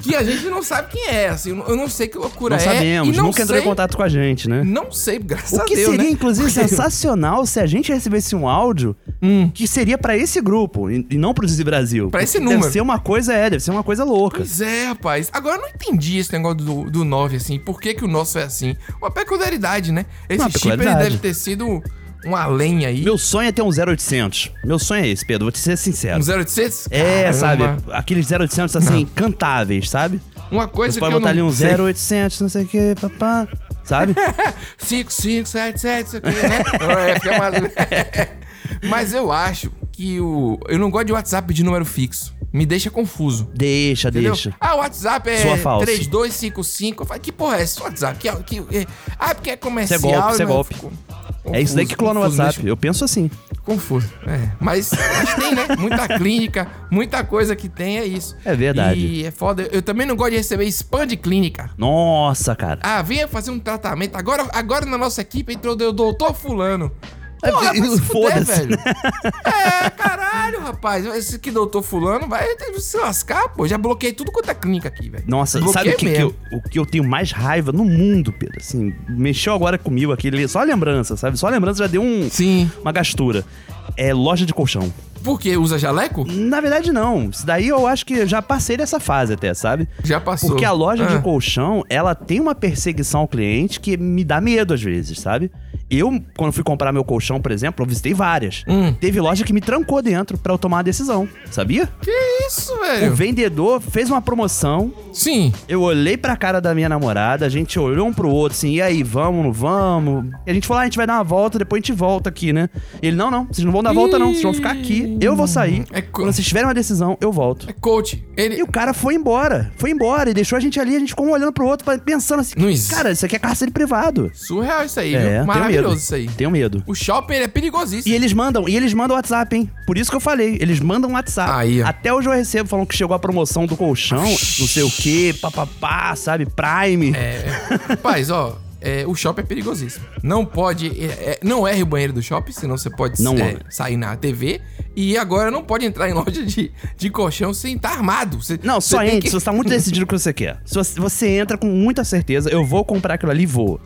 B: Que a gente não sabe quem é, assim. eu não- Eu não sei que loucura
C: não
B: é.
C: sabemos,
B: e não
C: nunca entrou em
B: sei-
C: contato com a gente, né?
B: Não sei, graças
C: O
B: a
C: que
B: Deus,
C: seria,
B: né?
C: inclusive, sensacional se a gente recebesse um áudio que seria pra esse grupo e e não pro Zizi Brasil.
B: Hum. Pra esse
C: Porque
B: número.
C: Deve ser uma coisa, é, deve ser uma coisa louca.
B: Pois é, rapaz. Agora eu não entendi esse negócio do, do 9, assim. Por que, que o nosso é assim? Uma peculiaridade, né? Esse
C: Uma
B: chip ele
C: peculiaridade.
B: deve ter sido um uma lenha é, aí.
C: Meu sonho é ter um 0800. Meu sonho é esse, Pedro, vou te ser sincero.
B: Um 0800?
C: É,
B: Caramba.
C: sabe? Aqueles 0800 assim, cantáveis, sabe?
B: Uma coisa que
C: Você pode
B: eu
C: botar
B: não
C: ali um
B: sei.
C: 0800, não sei o que, papá. Sabe?
B: 5, 5, 7, 7, isso aqui, né? É, fica maluco. Mas eu acho que o. Eu não gosto de WhatsApp de número fixo. Me deixa confuso.
C: Deixa,
B: Entendeu?
C: deixa.
B: Ah, o WhatsApp é
C: Sua falsa.
B: 3255. Eu falo, que porra é esse WhatsApp? Que, que, que- ah, porque é
C: Isso é
B: comercial.
C: golpe, isso é
B: né?
C: golpe. É isso daí que clona o
B: confuso,
C: WhatsApp. Eu penso assim.
B: Confuso. É. Mas, mas tem, né? Muita clínica, muita coisa que tem, é isso.
C: É verdade.
B: E é foda. Eu também não gosto de receber spam de clínica.
C: Nossa, cara.
B: Ah, venha fazer um tratamento. Agora, agora na nossa equipe entrou o doutor fulano.
C: É,
B: Porra, vai se fuder,
C: foda-se,
B: velho. É, caralho, rapaz. Esse que doutor fulano vai se lascar, pô. Já bloqueei tudo quanto é clínica aqui, velho.
C: Nossa,
B: Bloqueei
C: sabe o que, que eu,
B: mesmo.
C: o que eu tenho mais raiva no mundo, Pedro? Assim, mexeu agora comigo aqui. ele- Só lembrança, sabe? Só lembrança já deu um,
B: Sim.
C: uma gastura. É loja de colchão.
B: Por quê? Usa jaleco?
C: Na verdade, não. Isso daí eu acho que eu já passei dessa fase até, sabe?
B: Já passou.
C: Porque a loja
B: Ah.
C: de colchão, ela tem uma perseguição ao cliente que me dá medo às vezes, sabe? Eu, quando fui comprar meu colchão, por exemplo, eu visitei várias.
B: Hum.
C: Teve loja que me trancou dentro pra eu tomar a decisão, sabia?
B: Que isso, velho?
C: O vendedor fez uma promoção.
B: Sim.
C: Eu olhei pra cara da minha namorada, a gente olhou um pro outro assim, e aí, vamos, não vamos? E a gente falou, ah, a gente vai dar uma volta, depois a gente volta aqui, né? Ele, não, não, vocês não vão dar volta não, vocês vão ficar aqui, eu vou sair. Quando vocês tiverem uma decisão, eu volto. É
B: É coach. Ele...
C: E o cara foi embora, foi embora e deixou a gente ali, a gente ficou um olhando pro outro, pensando assim, cara, isso aqui é cárcere privado.
B: Surreal isso aí,
C: É,
B: viu?
C: tenho
B: Maravilhoso
C: medo.
B: isso aí.
C: Tenho medo.
B: O shopping ele é perigosíssimo.
C: E eles mandam, e eles mandam WhatsApp, hein? Por isso que eu falei, eles mandam WhatsApp.
B: Aí, ó.
C: Até hoje eu recebo falando que chegou a promoção do colchão, não sei o quê, papapá, sabe? Prime.
B: Rapaz, É, ó, é, o shopping é perigosíssimo. Não pode. é, é, não erre o banheiro do shopping, senão você pode
C: Não
B: é,
C: erre.
B: sair na TV. E agora não pode entrar em loja de, de colchão sem estar armado. Você-
C: Não,
B: você
C: só
B: tem
C: entra,
B: que-
C: se você tá muito decidido o que você quer. Se você, você entra com muita certeza, eu vou comprar aquilo ali e vou.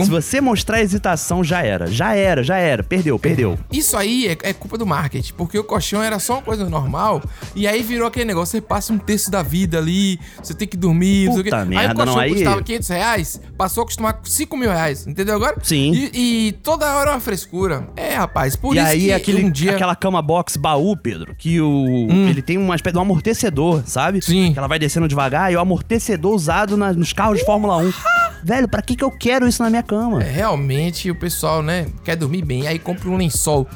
B: Se
C: você mostrar hesitação, já era. Já era, já era. Perdeu, perdeu.
B: Isso aí é, é culpa do marketing, porque o colchão era só uma coisa normal, e aí virou aquele negócio, você passa um terço da vida ali, você tem que dormir, não sei o quê.
C: Puta
B: aí o
C: merda,
B: colchão
C: não, aí-
B: custava 500 reais, passou a custar 5 mil reais, entendeu agora?
C: Sim.
B: E, e toda hora é uma frescura. É, rapaz, por
C: e
B: isso
C: aí,
B: que
C: aquele,
B: um dia... Hum.
C: aquela cama box baú, Pedro, que o ele tem uma espécie de um amortecedor, sabe? Sim. Que ela vai descendo devagar e o amortecedor usado na- nos carros de Fórmula 1. Velho, pra que, que eu quero isso na minha cama?
B: É, realmente o pessoal, né, quer dormir bem, aí compra um lençol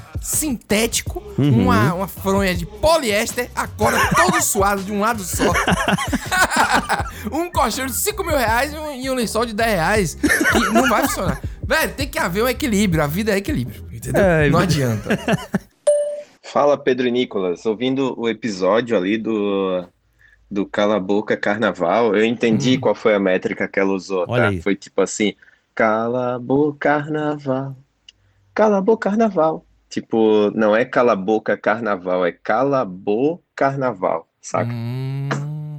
B: sintético,
C: Uhum.
B: uma, uma fronha de poliéster, acorda todo suado de um lado só. um colchão de 5 mil reais e um, e um lençol de 10 reais, que não vai funcionar. Velho, tem que haver um equilíbrio, a vida é equilíbrio, entendeu?
L: É,
B: não
L: e-
B: adianta.
L: Fala, Pedro e Nicolas. Ouvindo o episódio ali do, do Cala a Boca Carnaval, eu entendi qual foi a métrica que ela usou, tá?
M: Hum. Olha aí.
L: Foi tipo assim, Cala a Boca Carnaval, Cala a Boca Carnaval. Tipo, não é Cala a Boca Carnaval, é Cala a Boca Carnaval, saca?
M: Hum.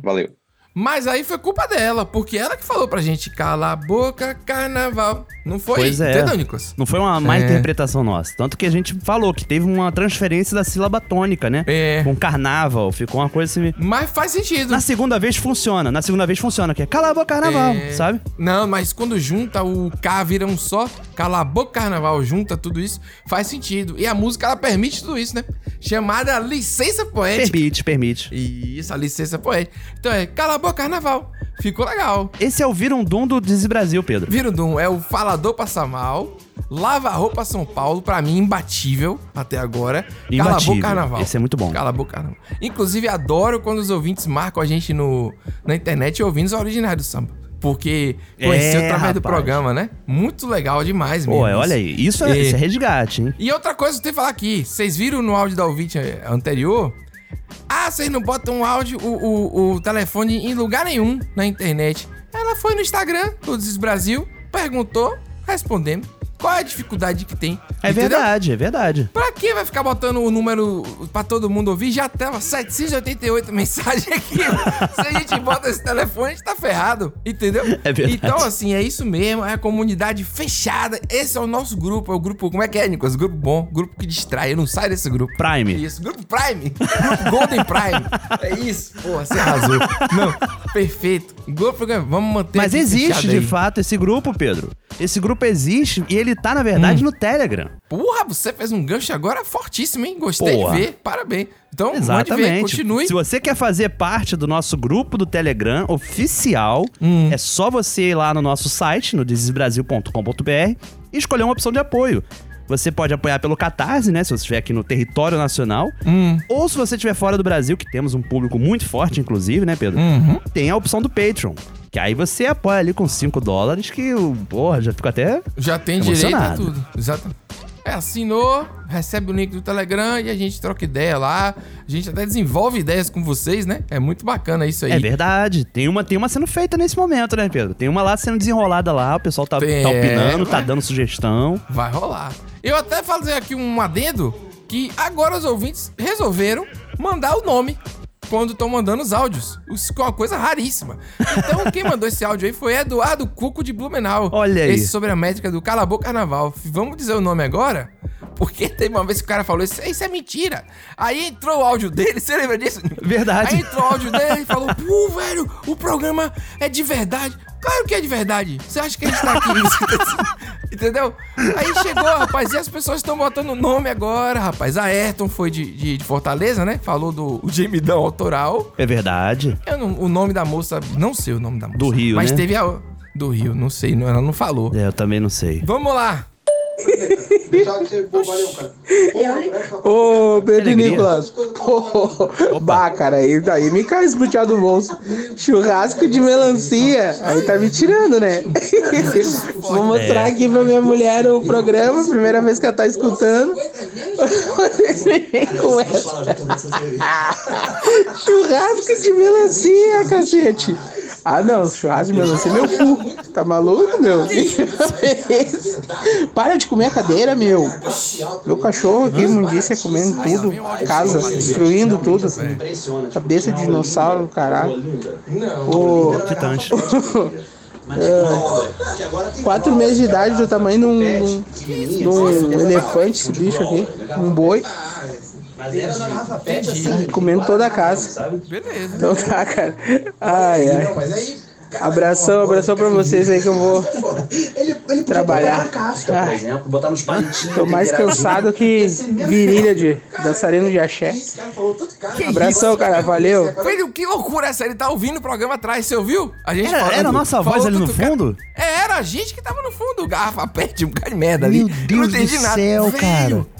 L: Valeu.
B: Mas aí foi culpa dela, porque ela que falou pra gente, cala a boca, carnaval. Não foi?
C: pois é.
B: Entendeu, Nicolas?
C: Não foi uma má
B: É.
C: interpretação nossa. Tanto que a gente falou que teve uma transferência da sílaba tônica, né?
B: É.
C: Com carnaval, ficou uma coisa assim.
B: Mas faz sentido.
C: Na segunda vez funciona. Na segunda vez funciona, que é cala a boca, carnaval,
B: É.
C: sabe?
B: Não, mas quando junta o K vira um só, cala a boca carnaval, junta tudo isso, faz sentido. E a música ela permite tudo isso, né? chamada Licença Poética.
C: Permite, permite.
B: Isso, a licença poética. Então é Cala a Boca Carnaval. Ficou legal.
C: Esse é o Virundum do Desbrasil, Pedro.
B: Virundum é o Falador Passa Mal, Lava Roupa São Paulo, pra mim imbatível até agora. Cala a Boca
C: Imbatível.
B: Carnaval.
C: Esse é muito bom.
B: Cala a Boca Carnaval. Inclusive adoro quando os ouvintes marcam a gente no, na internet ouvindo os originais do samba. Porque
C: É,
B: conheceu através do
C: rapaz.
B: programa, né? Muito legal demais mesmo.
C: Pô, é, olha aí, isso é,
B: E-
C: isso é resgate, hein?
B: e outra coisa que eu tenho que falar aqui, vocês viram no áudio da ouvinte eh, anterior? Ah, vocês não botam o áudio, o, o, o telefone em lugar nenhum na internet. Ela foi no Instagram, Todos Esses Brasil, perguntou, respondemos. Qual é a dificuldade que tem?
C: É
B: entendeu?
C: verdade, é verdade.
B: Pra que vai ficar botando o número pra todo mundo ouvir? Já tá tava 788 mensagens aqui. Se a gente bota esse telefone, a gente tá ferrado. Entendeu?
C: É verdade.
B: Então, assim, é isso mesmo. É a comunidade fechada. Esse é o nosso grupo. É o grupo. Como é que é, Nicolas? Grupo bom. Grupo que distrai. Eu não saio desse grupo.
C: Prime.
B: Isso. Grupo Prime. Grupo Golden Prime. É isso. Porra, você arrasou. Não. Perfeito. Grupo. Vamos manter.
C: Mas
B: aqui
C: existe,
B: fechado
C: de
B: aí.
C: fato, esse grupo, Pedro. Esse grupo existe e ele tá, na
B: Hum.
C: verdade, no Telegram.
B: Porra, você fez um gancho agora fortíssimo, hein? Gostei
C: Porra.
B: de ver. Parabéns. Então, mande ver.
C: Exatamente.
B: Continue.
C: Se você quer fazer parte do nosso grupo do Telegram oficial,
B: Hum.
C: é só você ir lá no nosso site, no desesbrasil.com.br, e escolher uma opção de apoio. Você pode apoiar pelo Catarse, né? Se você estiver aqui no território nacional.
B: Hum.
C: Ou se você estiver fora do Brasil, que temos um público muito forte, inclusive, né, Pedro?
B: Uhum.
C: Tem a opção do Patreon. Que aí você apoia ali com 5 dólares, que, porra, já fico até.
B: Já tem direito a
C: Emocionado.
B: tudo. Exatamente. É, assinou, recebe o link do Telegram e a gente troca ideia lá. A gente até desenvolve ideias com vocês, né? É muito bacana isso aí.
C: É verdade. Tem uma, tem uma sendo feita nesse momento, né, Pedro? Tem uma lá sendo desenrolada lá, o pessoal tá,
B: Tem,
C: tá opinando,
B: ué.
C: tá dando sugestão.
B: Vai rolar. Eu até fazer aqui um adendo que agora os ouvintes resolveram mandar o nome quando estão mandando os áudios. Isso é uma coisa raríssima. Então, quem mandou esse áudio aí foi Eduardo Cuco de Blumenau.
C: Olha aí.
B: Esse sobre a métrica do Calabou Carnaval. Vamos dizer o nome agora? Porque teve uma vez que o cara falou isso, isso é mentira. Aí entrou o áudio dele, você lembra disso?
C: Verdade.
B: Aí entrou o áudio dele e falou: Pô, velho, o programa é de verdade. Claro que é de verdade. Você acha que a gente tá aqui? Entendeu? Aí chegou, rapaz, e as pessoas estão botando nome agora, rapaz. A Ayrton foi de, de, de Fortaleza, né? Falou do o gemidão autoral.
C: É verdade.
B: Eu não- o nome da moça, não sei o nome da moça.
C: Do Rio,
B: Mas
C: né?
B: teve a. Do Rio, não sei, não- ela não falou.
C: É, eu também não sei.
B: Vamos lá.
M: Ô, Pedro e
C: alegria.
M: Nicolas, pô, bah, cara, aí, tá, aí me cai esbuteado do bolso. Churrasco de melancia, aí tá me tirando, né? Vou mostrar
C: É.
M: aqui pra minha mulher o programa, primeira vez que ela tá escutando. Vocês vêm com essa. Churrasco de melancia, cacete. Ah, não, churrasco de melancia é meu cu. Tá maluco, meu? Para de comer a cadeira, meu. Meu cachorro aqui, imundícia, comendo tudo. Casa, destruindo tudo. Cabeça de dinossauro, caralho. Ô,
C: Titãs.
M: é, Quatro meses de idade do tamanho de um, de um elefante, esse bicho aqui. Um boi. é assim, Comendo toda a casa.
B: Beleza.
M: Então tá, cara. Ai, ai. Abração, abração pra vocês aí que eu vou trabalhar. Ah,
N: exemplo, É, botar nos palitinhos.
M: tô mais cansado que virilha de dançarino de axé.
B: um
M: Abração, cara. Valeu.
B: Filho, que loucura essa. Ele tá ouvindo o programa atrás, você ouviu? A gente
C: Era,
B: falando,
C: era a nossa
B: falou
C: voz ali no
B: tudo, cara.
C: fundo?
B: É, era a gente que tava no fundo. Garrafa perde um cara de merda ali.
C: Meu
B: Eu não
C: Deus
B: entendi
C: do
B: nada.
C: céu,
B: Velho.
C: cara.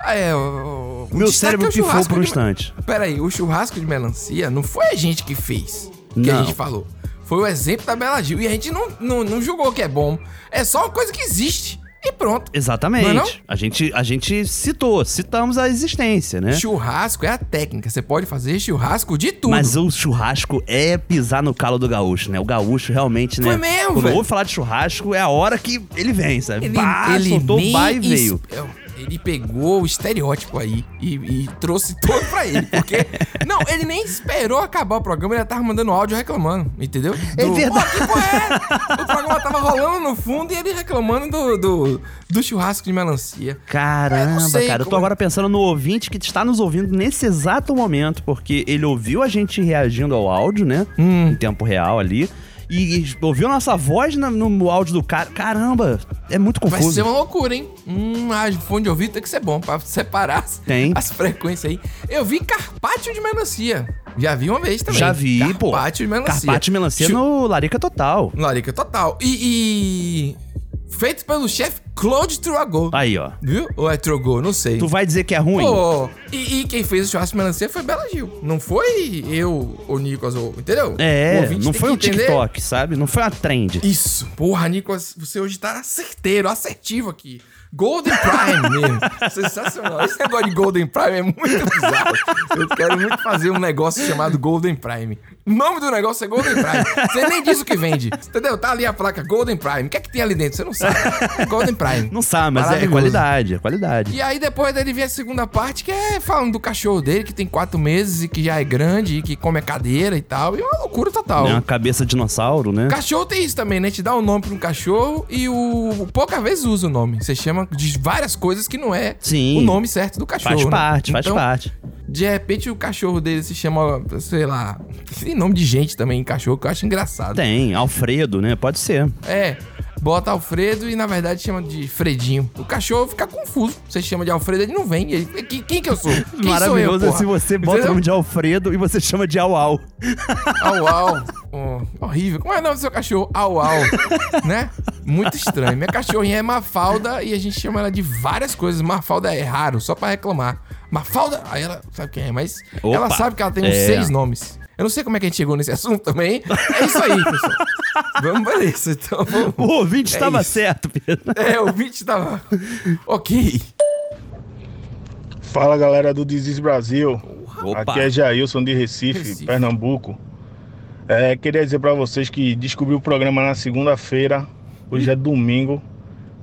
B: Ah, é, o, o- o
C: Meu
B: destaque é
C: cérebro
B: o
C: pifou
B: churrasco
C: por um
B: de-
C: instante.
B: Peraí, o churrasco de melancia não foi a gente que fez. Que a
C: Não.
B: gente falou. Foi o exemplo da Bela Gil. E a gente não, não, não julgou que é bom. É só uma coisa que existe. E pronto.
C: Exatamente.
B: Não é não?
C: A, gente, a gente citou, citamos a existência, né?
B: Churrasco é a técnica. Você pode fazer churrasco de tudo.
C: Mas o churrasco é pisar no calo do gaúcho, né? O gaúcho realmente, né?
B: Foi mesmo,
C: Quando
B: velho.
C: ouve falar de churrasco, é a hora que ele vem, sabe?
B: Ele,
C: Pá,
B: ele
C: soltou o
B: nem
C: pai e veio.
B: es- é, Ele pegou o estereótipo aí e, e trouxe todo pra ele. Porque. não, ele nem esperou acabar o programa, ele já tava mandando áudio reclamando, entendeu?
C: É
B: Do-
C: verdade.
B: Pô, que porra é essa? O programa tava rolando no fundo e ele reclamando do, do, do churrasco de melancia. Eu
C: Caramba,
B: não sei
C: cara, eu tô
B: como- é.
C: agora pensando no ouvinte que está nos ouvindo nesse exato momento, porque ele ouviu a gente reagindo ao áudio, né? Em tempo real ali. e, e ouviu nossa voz na- no áudio do cara. Caramba, é muito
B: Vai
C: confuso.
B: ser uma loucura, hein? Hum, ah, fone de ouvido tem que ser bom pra separar as,
C: Tem.
B: as frequências aí. Eu vi carpaccio de melancia. Já vi uma vez também.
C: Já vi, pô.
B: Carpaccio de melancia.
C: Carpaccio e melancia é no Larica Total.
B: Larica Total. E, e feito pelo chefe Claude Trogo.
C: Aí, ó.
B: Viu? Ou é Trogo, não sei.
C: Tu vai dizer que é Tá ruim?
B: Pô, e, e quem fez o churrasco de melancia foi Bela Gil. Não foi eu, o Nicolas, ou, entendeu? O
C: É,
B: ouvinte
C: não
B: tem
C: foi
B: que
C: um
B: entender.
C: TikTok, sabe? Não foi uma trend.
B: Isso. Porra, Nicolas, você hoje tá certeiro, assertivo aqui. Golden Prime mesmo. Sensacional. Esse negócio de Golden Prime é muito bizarro. Eu quero muito fazer um negócio chamado Golden Prime. O nome do negócio é Golden Prime. Você nem diz o que vende. Entendeu? Tá ali a placa Golden Prime. O que é que tem ali dentro? Você não sabe. Golden Prime.
C: Não sabe, mas é
B: Maravilhoso.
C: qualidade, é qualidade.
B: E aí depois dele vem a segunda parte, que é falando do cachorro dele, que tem quatro meses e que já é grande e que come a cadeira e tal. E é uma loucura total.
C: É uma cabeça de dinossauro, né?
B: Cachorro tem isso também, né? Te dá um nome pra um cachorro e o. Pouca vez usa o nome. Você chama de várias coisas que não é
C: Sim.
B: o nome certo do cachorro.
C: Faz
B: né?
C: parte, faz
B: Então,
C: parte.
B: De repente o cachorro dele se chama, sei lá. Tem nome de gente também em cachorro que eu acho engraçado.
C: Tem, Alfredo, né? Pode ser.
B: É, bota Alfredo e na verdade chama de Fredinho. O cachorro fica confuso. Você chama de Alfredo, ele não vem. Ele, "Que- quem que eu sou? Quem
C: Maravilhoso
B: sou
C: é
B: eu,
C: se você bota o nome de Alfredo e você chama de Auau.
B: Au Au. Oh, horrível. Como é o nome do seu cachorro? Au Au. né? Muito estranho. Minha cachorrinha é Mafalda e a gente chama ela de várias coisas. Mafalda é raro, só pra reclamar. Mafalda, aí ela sabe quem é, mas
C: Opa.
B: ela sabe que ela tem uns
C: É.
B: seis nomes. Eu não sei como é que a gente chegou nesse assunto também. É isso aí, pessoal. Vamos pra isso, então. Vamos.
C: O ouvinte
B: É
C: estava
B: isso.
C: certo, Pedro.
B: É, o ouvinte tava. Ok.
N: Fala galera do Desis Brasil.
C: Opa.
N: Aqui é Jailson de Recife, Pernambuco. É, queria dizer pra vocês que descobri o programa na segunda-feira. Hoje é domingo.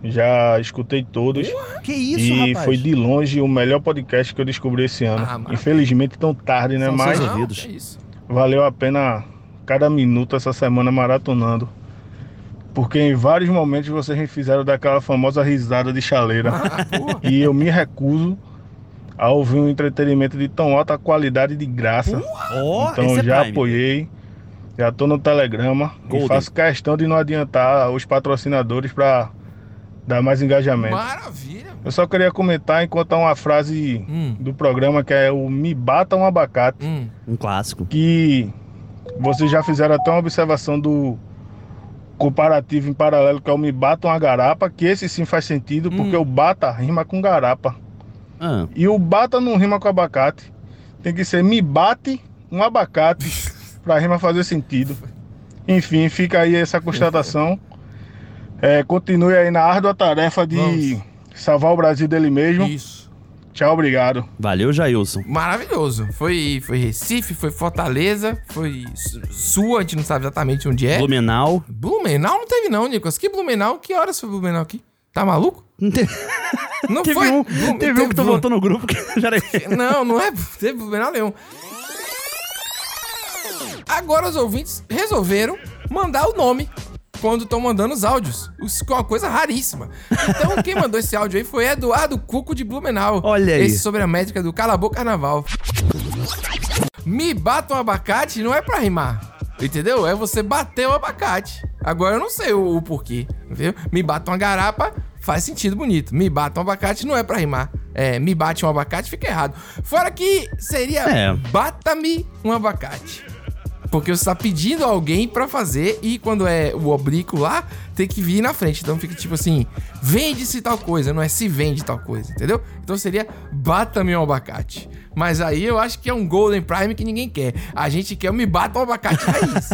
N: Já escutei todos.
C: Que isso,
N: E
C: rapaz?
N: foi de longe o melhor podcast que eu descobri esse ano. Infelizmente tão tarde, né?
C: Ah, São
N: Mas
C: seus ouvidos. É
B: isso.
N: valeu a pena cada minuto essa semana maratonando. Porque em vários momentos vocês me fizeram daquela famosa risada de chaleira.
C: Ah,
N: e eu me recuso a ouvir um entretenimento de tão alta qualidade de graça.
C: Ó,
N: então
C: esse é
N: já
C: Prime.
N: apoiei. Já tô no Telegrama.
C: Golden.
N: E faço questão de não adiantar os patrocinadores para dar mais engajamento.
B: Maravilha!
N: Eu só queria comentar e contar uma frase
C: Hum.
N: do programa que é o Me Bata um Abacate.
C: Um clássico.
N: Que vocês já fizeram até uma observação do comparativo em paralelo que é o Me Bata uma Garapa, que esse sim faz sentido
C: Hum.
N: porque o Bata rima com Garapa. E o Bata não rima com abacate. Tem que ser Me Bate um Abacate pra rima fazer sentido. Enfim, fica aí essa constatação. É, continue aí na árdua tarefa de salvar o Brasil dele mesmo.
B: Isso.
N: Tchau, obrigado.
C: Valeu, Jailson.
B: Maravilhoso. Foi, foi Recife, foi Fortaleza, foi Su- Sul, a gente não sabe exatamente onde é.
C: Blumenau.
B: Blumenau não teve não, Nicolas. Que Blumenau? Que horas foi Blumenau aqui? Tá maluco?
C: Não teve.
B: Não
C: Teve
B: foi.
C: um-
B: Blum-
C: teve um que tu
B: Blum-
C: botou no grupo que já era...
B: Não, não é. Teve Blumenau nenhum. Agora os ouvintes resolveram mandar o nome quando estão mandando os áudios. Isso que é uma coisa raríssima. Então quem mandou esse áudio aí foi Eduardo Cuco de Blumenau. Olha
C: aí.
B: Esse sobre a métrica do Calabou Carnaval. Me bata um abacate não é pra rimar. Entendeu? É você bater o abacate. Agora eu não sei o, o porquê. Entendeu? Me bata uma garapa faz sentido bonito. Me bata um abacate não é pra rimar. É, me bate um abacate fica errado. Fora que seria
C: É.
B: bata-me um abacate. Porque você tá pedindo alguém pra fazer e quando é o oblíquo lá, tem que vir na frente. Então fica tipo assim, vende-se tal coisa, não é se vende tal coisa, entendeu? Então seria bata-me um abacate. Mas aí eu acho que é um Golden Prime que ninguém quer. A gente quer o me bata um abacate raiz.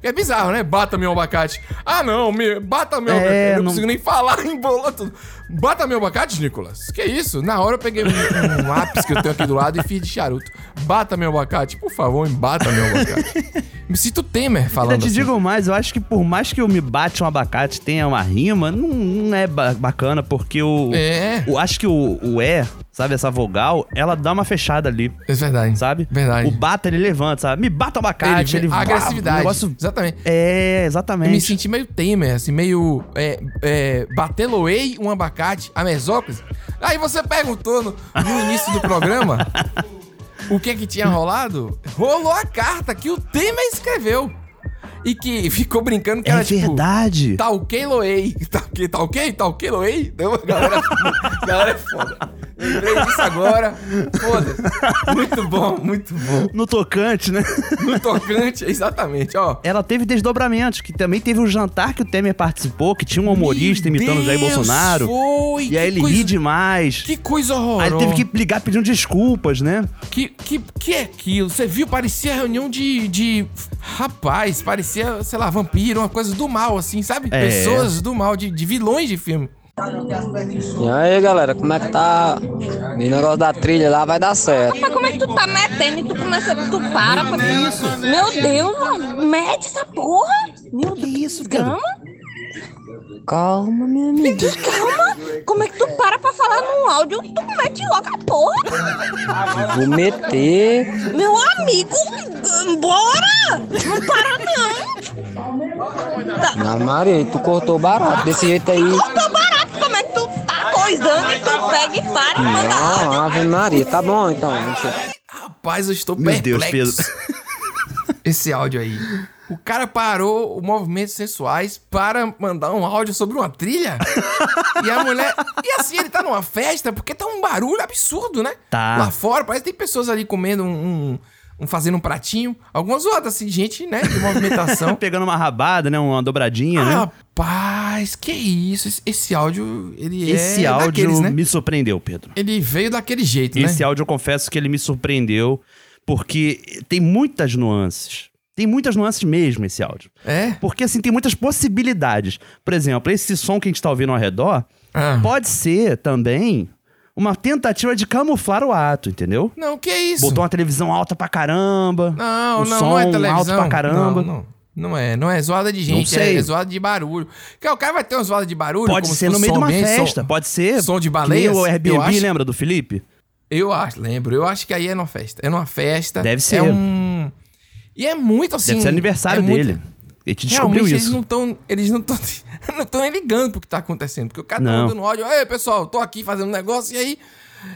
B: É bizarro, né? Bata meu abacate. Ah, não, me... bata meu abacate.
C: É,
B: Eu não,
C: não-
B: consigo nem falar, embolou tudo. Bata meu abacate, Nicolas? Que isso? Na hora eu peguei um, um lápis que eu tenho aqui do lado e fiz de charuto. Bata meu abacate, por favor, me bata meu abacate. Me sinto Temer
C: Ainda
B: falando
C: te
B: assim.
C: digo mais, eu acho que por mais que o Me Bate um Abacate tenha uma rima, não, não é ba- bacana, porque o.
B: É.
C: o- acho que o, o E, sabe, essa vogal, ela dá uma fechada ali.
B: É verdade.
C: Sabe?
B: Verdade.
C: O bata, ele levanta, sabe? Me bata o abacate, ele,
B: a agressividade.
C: O negócio
B: Exatamente.
C: É, exatamente.
B: Eu me senti meio Temer, assim, meio. É, é, bateloei um abacate, a mesócrise. Aí você perguntou no, no início do programa é o que que tinha rolado. Rolou a carta que o Temer escreveu. e que ficou brincando que
C: É
B: era
C: verdade.
B: tipo. Tá ok, Loei. Tá ok, tá ok, tá ok, Loei. Então, a galera, a galera é foda. Lembrei disso agora. Foda-se. Muito bom, muito bom.
C: No tocante, né?
B: No tocante, exatamente, ó.
C: Ela teve desdobramentos, que também teve o jantar que o Temer participou, que tinha um humorista imitando o Jair
B: Deus,
C: Bolsonaro.
B: foi,
C: e aí
B: que
C: ele
B: coisa-
C: ri demais.
B: Que coisa horrorosa.
C: Aí ele teve que ligar pedindo desculpas, né?
B: Que, que, que é aquilo? Você viu? Parecia reunião de, de. Rapaz, parecia, sei lá, vampiro, uma coisa do mal, assim, sabe?
O: É.
B: Pessoas do mal, de, de vilões de filme.
O: E aí, galera, como é que tá? O negócio da trilha lá vai dar certo.
P: Mas como é que tu tá metendo e tu começa, tu para pra com isso? Meu Deus, mano, mete essa porra! Meu Deus, isso, calma,
O: Calma, minha amiga.
P: calma! Como é que tu para pra falar num áudio? Tu mete logo a porra!
O: Vou meter.
P: Meu amigo, bora! Não para não!
O: Na Maria, tu cortou barato desse jeito aí.
P: Cortou barato, como é que tu tá coisando e tu pega e para e manda áudio?
O: Não, Ave Maria, tá bom então.
B: Rapaz, eu estou
O: Meu Deus,
B: perplexo. Esse áudio aí. O cara parou o movimentos sensuais para mandar um áudio sobre uma trilha. e a mulher. E assim, ele tá numa festa porque tá um barulho absurdo, né?
C: Tá.
B: Lá fora, parece que tem pessoas ali comendo um. um- um- fazendo um pratinho. Algumas outras, assim, gente, né? De movimentação.
C: Pegando uma rabada, né? Uma dobradinha,
B: Ah,
C: né?
B: Rapaz, que isso? Esse, esse áudio, ele
C: Esse
B: é
C: áudio
B: daqueles, né?
C: me surpreendeu, Pedro.
B: Ele veio daquele jeito,
C: Esse
B: né?
C: áudio eu confesso que ele me surpreendeu, porque tem muitas nuances. Tem muitas nuances mesmo esse áudio.
B: É?
C: Porque assim, tem muitas possibilidades. Por exemplo, esse som que a gente tá ouvindo ao redor
B: Ah.
C: pode ser também uma tentativa de camuflar o ato, entendeu?
B: Não, que isso?
C: Botou uma televisão alta pra caramba.
B: Não,
C: um
B: não,
C: som
B: não é televisão.
C: alto pra caramba.
B: Não, não. Não é, não é zoada de gente,
C: Não sei.
B: é zoada de barulho. Porque o cara vai ter uma zoada de barulho.
C: Pode
B: como
C: ser
B: se
C: no
B: fosse
C: meio de
B: som
C: uma
B: ambiente, som-
C: festa, pode ser.
B: Som de
C: que nem
B: baleias.
C: o
B: eu
C: Airbnb,
B: acho-
C: lembra do Felipe?
B: Eu acho, lembro. Eu acho que aí é numa festa. É numa festa.
C: Deve ser.
B: É um... E é muito assim.
C: Deve ser aniversário
B: é muito-
C: dele. Ele te
B: Realmente
C: descobriu
B: eles
C: isso.
B: não estão. Eles não estão. Não estão nem ligando pro que tá acontecendo. Porque o cara tá
C: Não.
B: mandando áudio. Ei, pessoal, tô aqui fazendo um negócio e aí.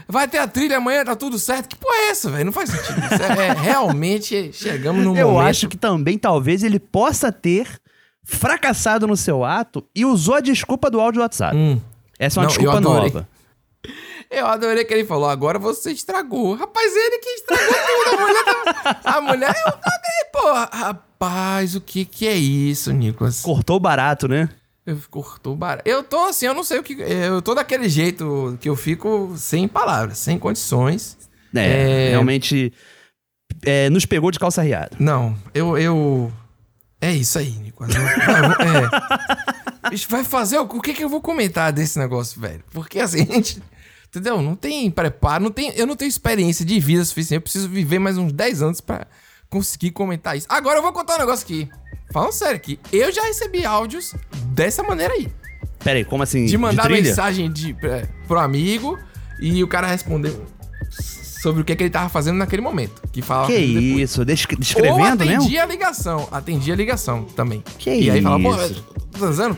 B: Vai ter a trilha amanhã, tá tudo certo. Que porra é essa, velho? Não faz sentido. Isso é, é, realmente chegamos num
C: Eu
B: momento.
C: acho que também talvez ele possa ter fracassado no seu ato e usou a desculpa do áudio do WhatsApp. Essa
B: Hum. Não,
C: é uma
B: eu
C: desculpa
B: adorei.
C: nova.
B: Eu adorei que ele falou. Agora você estragou. Rapaz, ele que estragou tudo. A mulher. tava- A mulher. é Eu adorei, porra. Rapaz, o que que é isso, Nicolas?
C: Cortou barato, né?
B: Eu- Cortou barato. Eu tô assim, eu não sei o que. Eu tô daquele jeito que eu fico sem palavras, sem condições.
C: É, realmente é, nos pegou de calça riada.
B: Não, eu. eu... É isso aí, Nicolas. Eu- eu- é. Isso Vai fazer. O o que, que eu vou comentar desse negócio, velho? Porque assim, a gente. Entendeu? Não tem preparo, não tem, eu não tenho experiência de vida suficiente. Eu preciso viver mais uns 10 anos pra conseguir comentar isso. Agora eu vou contar um negócio aqui. Falando sério aqui, eu já recebi áudios dessa maneira aí.
C: Pera aí, como assim?
B: de mandar
C: trilha?
B: mensagem de, é, pro amigo e o cara respondeu sobre o que, que ele tava fazendo naquele momento. Que falava
C: Que
B: depois.
C: isso, descre-
B: Ou
C: descrevendo né?
B: atendia
C: mesmo?
B: a ligação. Atendia a ligação também.
C: Que
B: e aí fala, pô,
C: isso?
B: eu tô transando?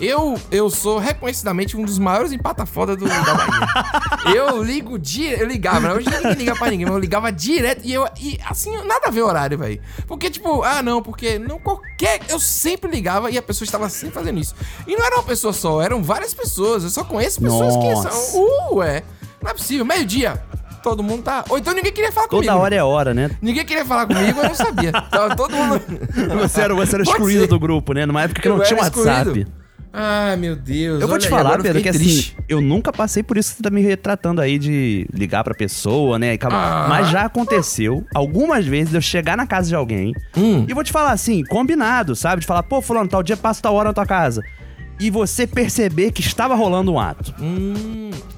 B: Eu, eu sou reconhecidamente um dos maiores empatafoda do, da Bahia. eu ligo di Eu ligava, né? Hoje ninguém liga pra ninguém, mas eu ligava direto. E eu. E assim, nada a ver o horário, velho. Porque, tipo, ah, não, porque não qualquer. Eu sempre ligava e a pessoa estava sempre fazendo isso. E não era uma pessoa só, eram várias pessoas. Eu só conheço pessoas
C: Nossa.
B: que são. Uh, é. Não é possível. Meio-dia. Todo mundo tá. Ou então ninguém queria falar comigo.
C: Toda hora é hora, né?
B: Ninguém queria falar comigo, eu não sabia. Tava todo mundo.
C: Você era, você era
B: Pode
C: excluído
B: ser.
C: do grupo, né? Numa época que não
B: Eu
C: tinha
B: era
C: WhatsApp.
B: excluído. Ah, meu Deus.
C: Eu vou
B: olha
C: te
B: aí,
C: falar,
B: agora eu
C: Pedro, que
B: fiquei
C: assim, eu nunca passei por isso que você tá me retratando aí de ligar pra pessoa, né? e acabar.
B: Ah.
C: Mas já aconteceu algumas vezes de eu chegar na casa de alguém
B: Hum.
C: e vou te falar assim, combinado, sabe? De falar, pô, fulano, tal dia passa tal hora na tua casa. E você perceber que estava rolando um ato.
B: Hum.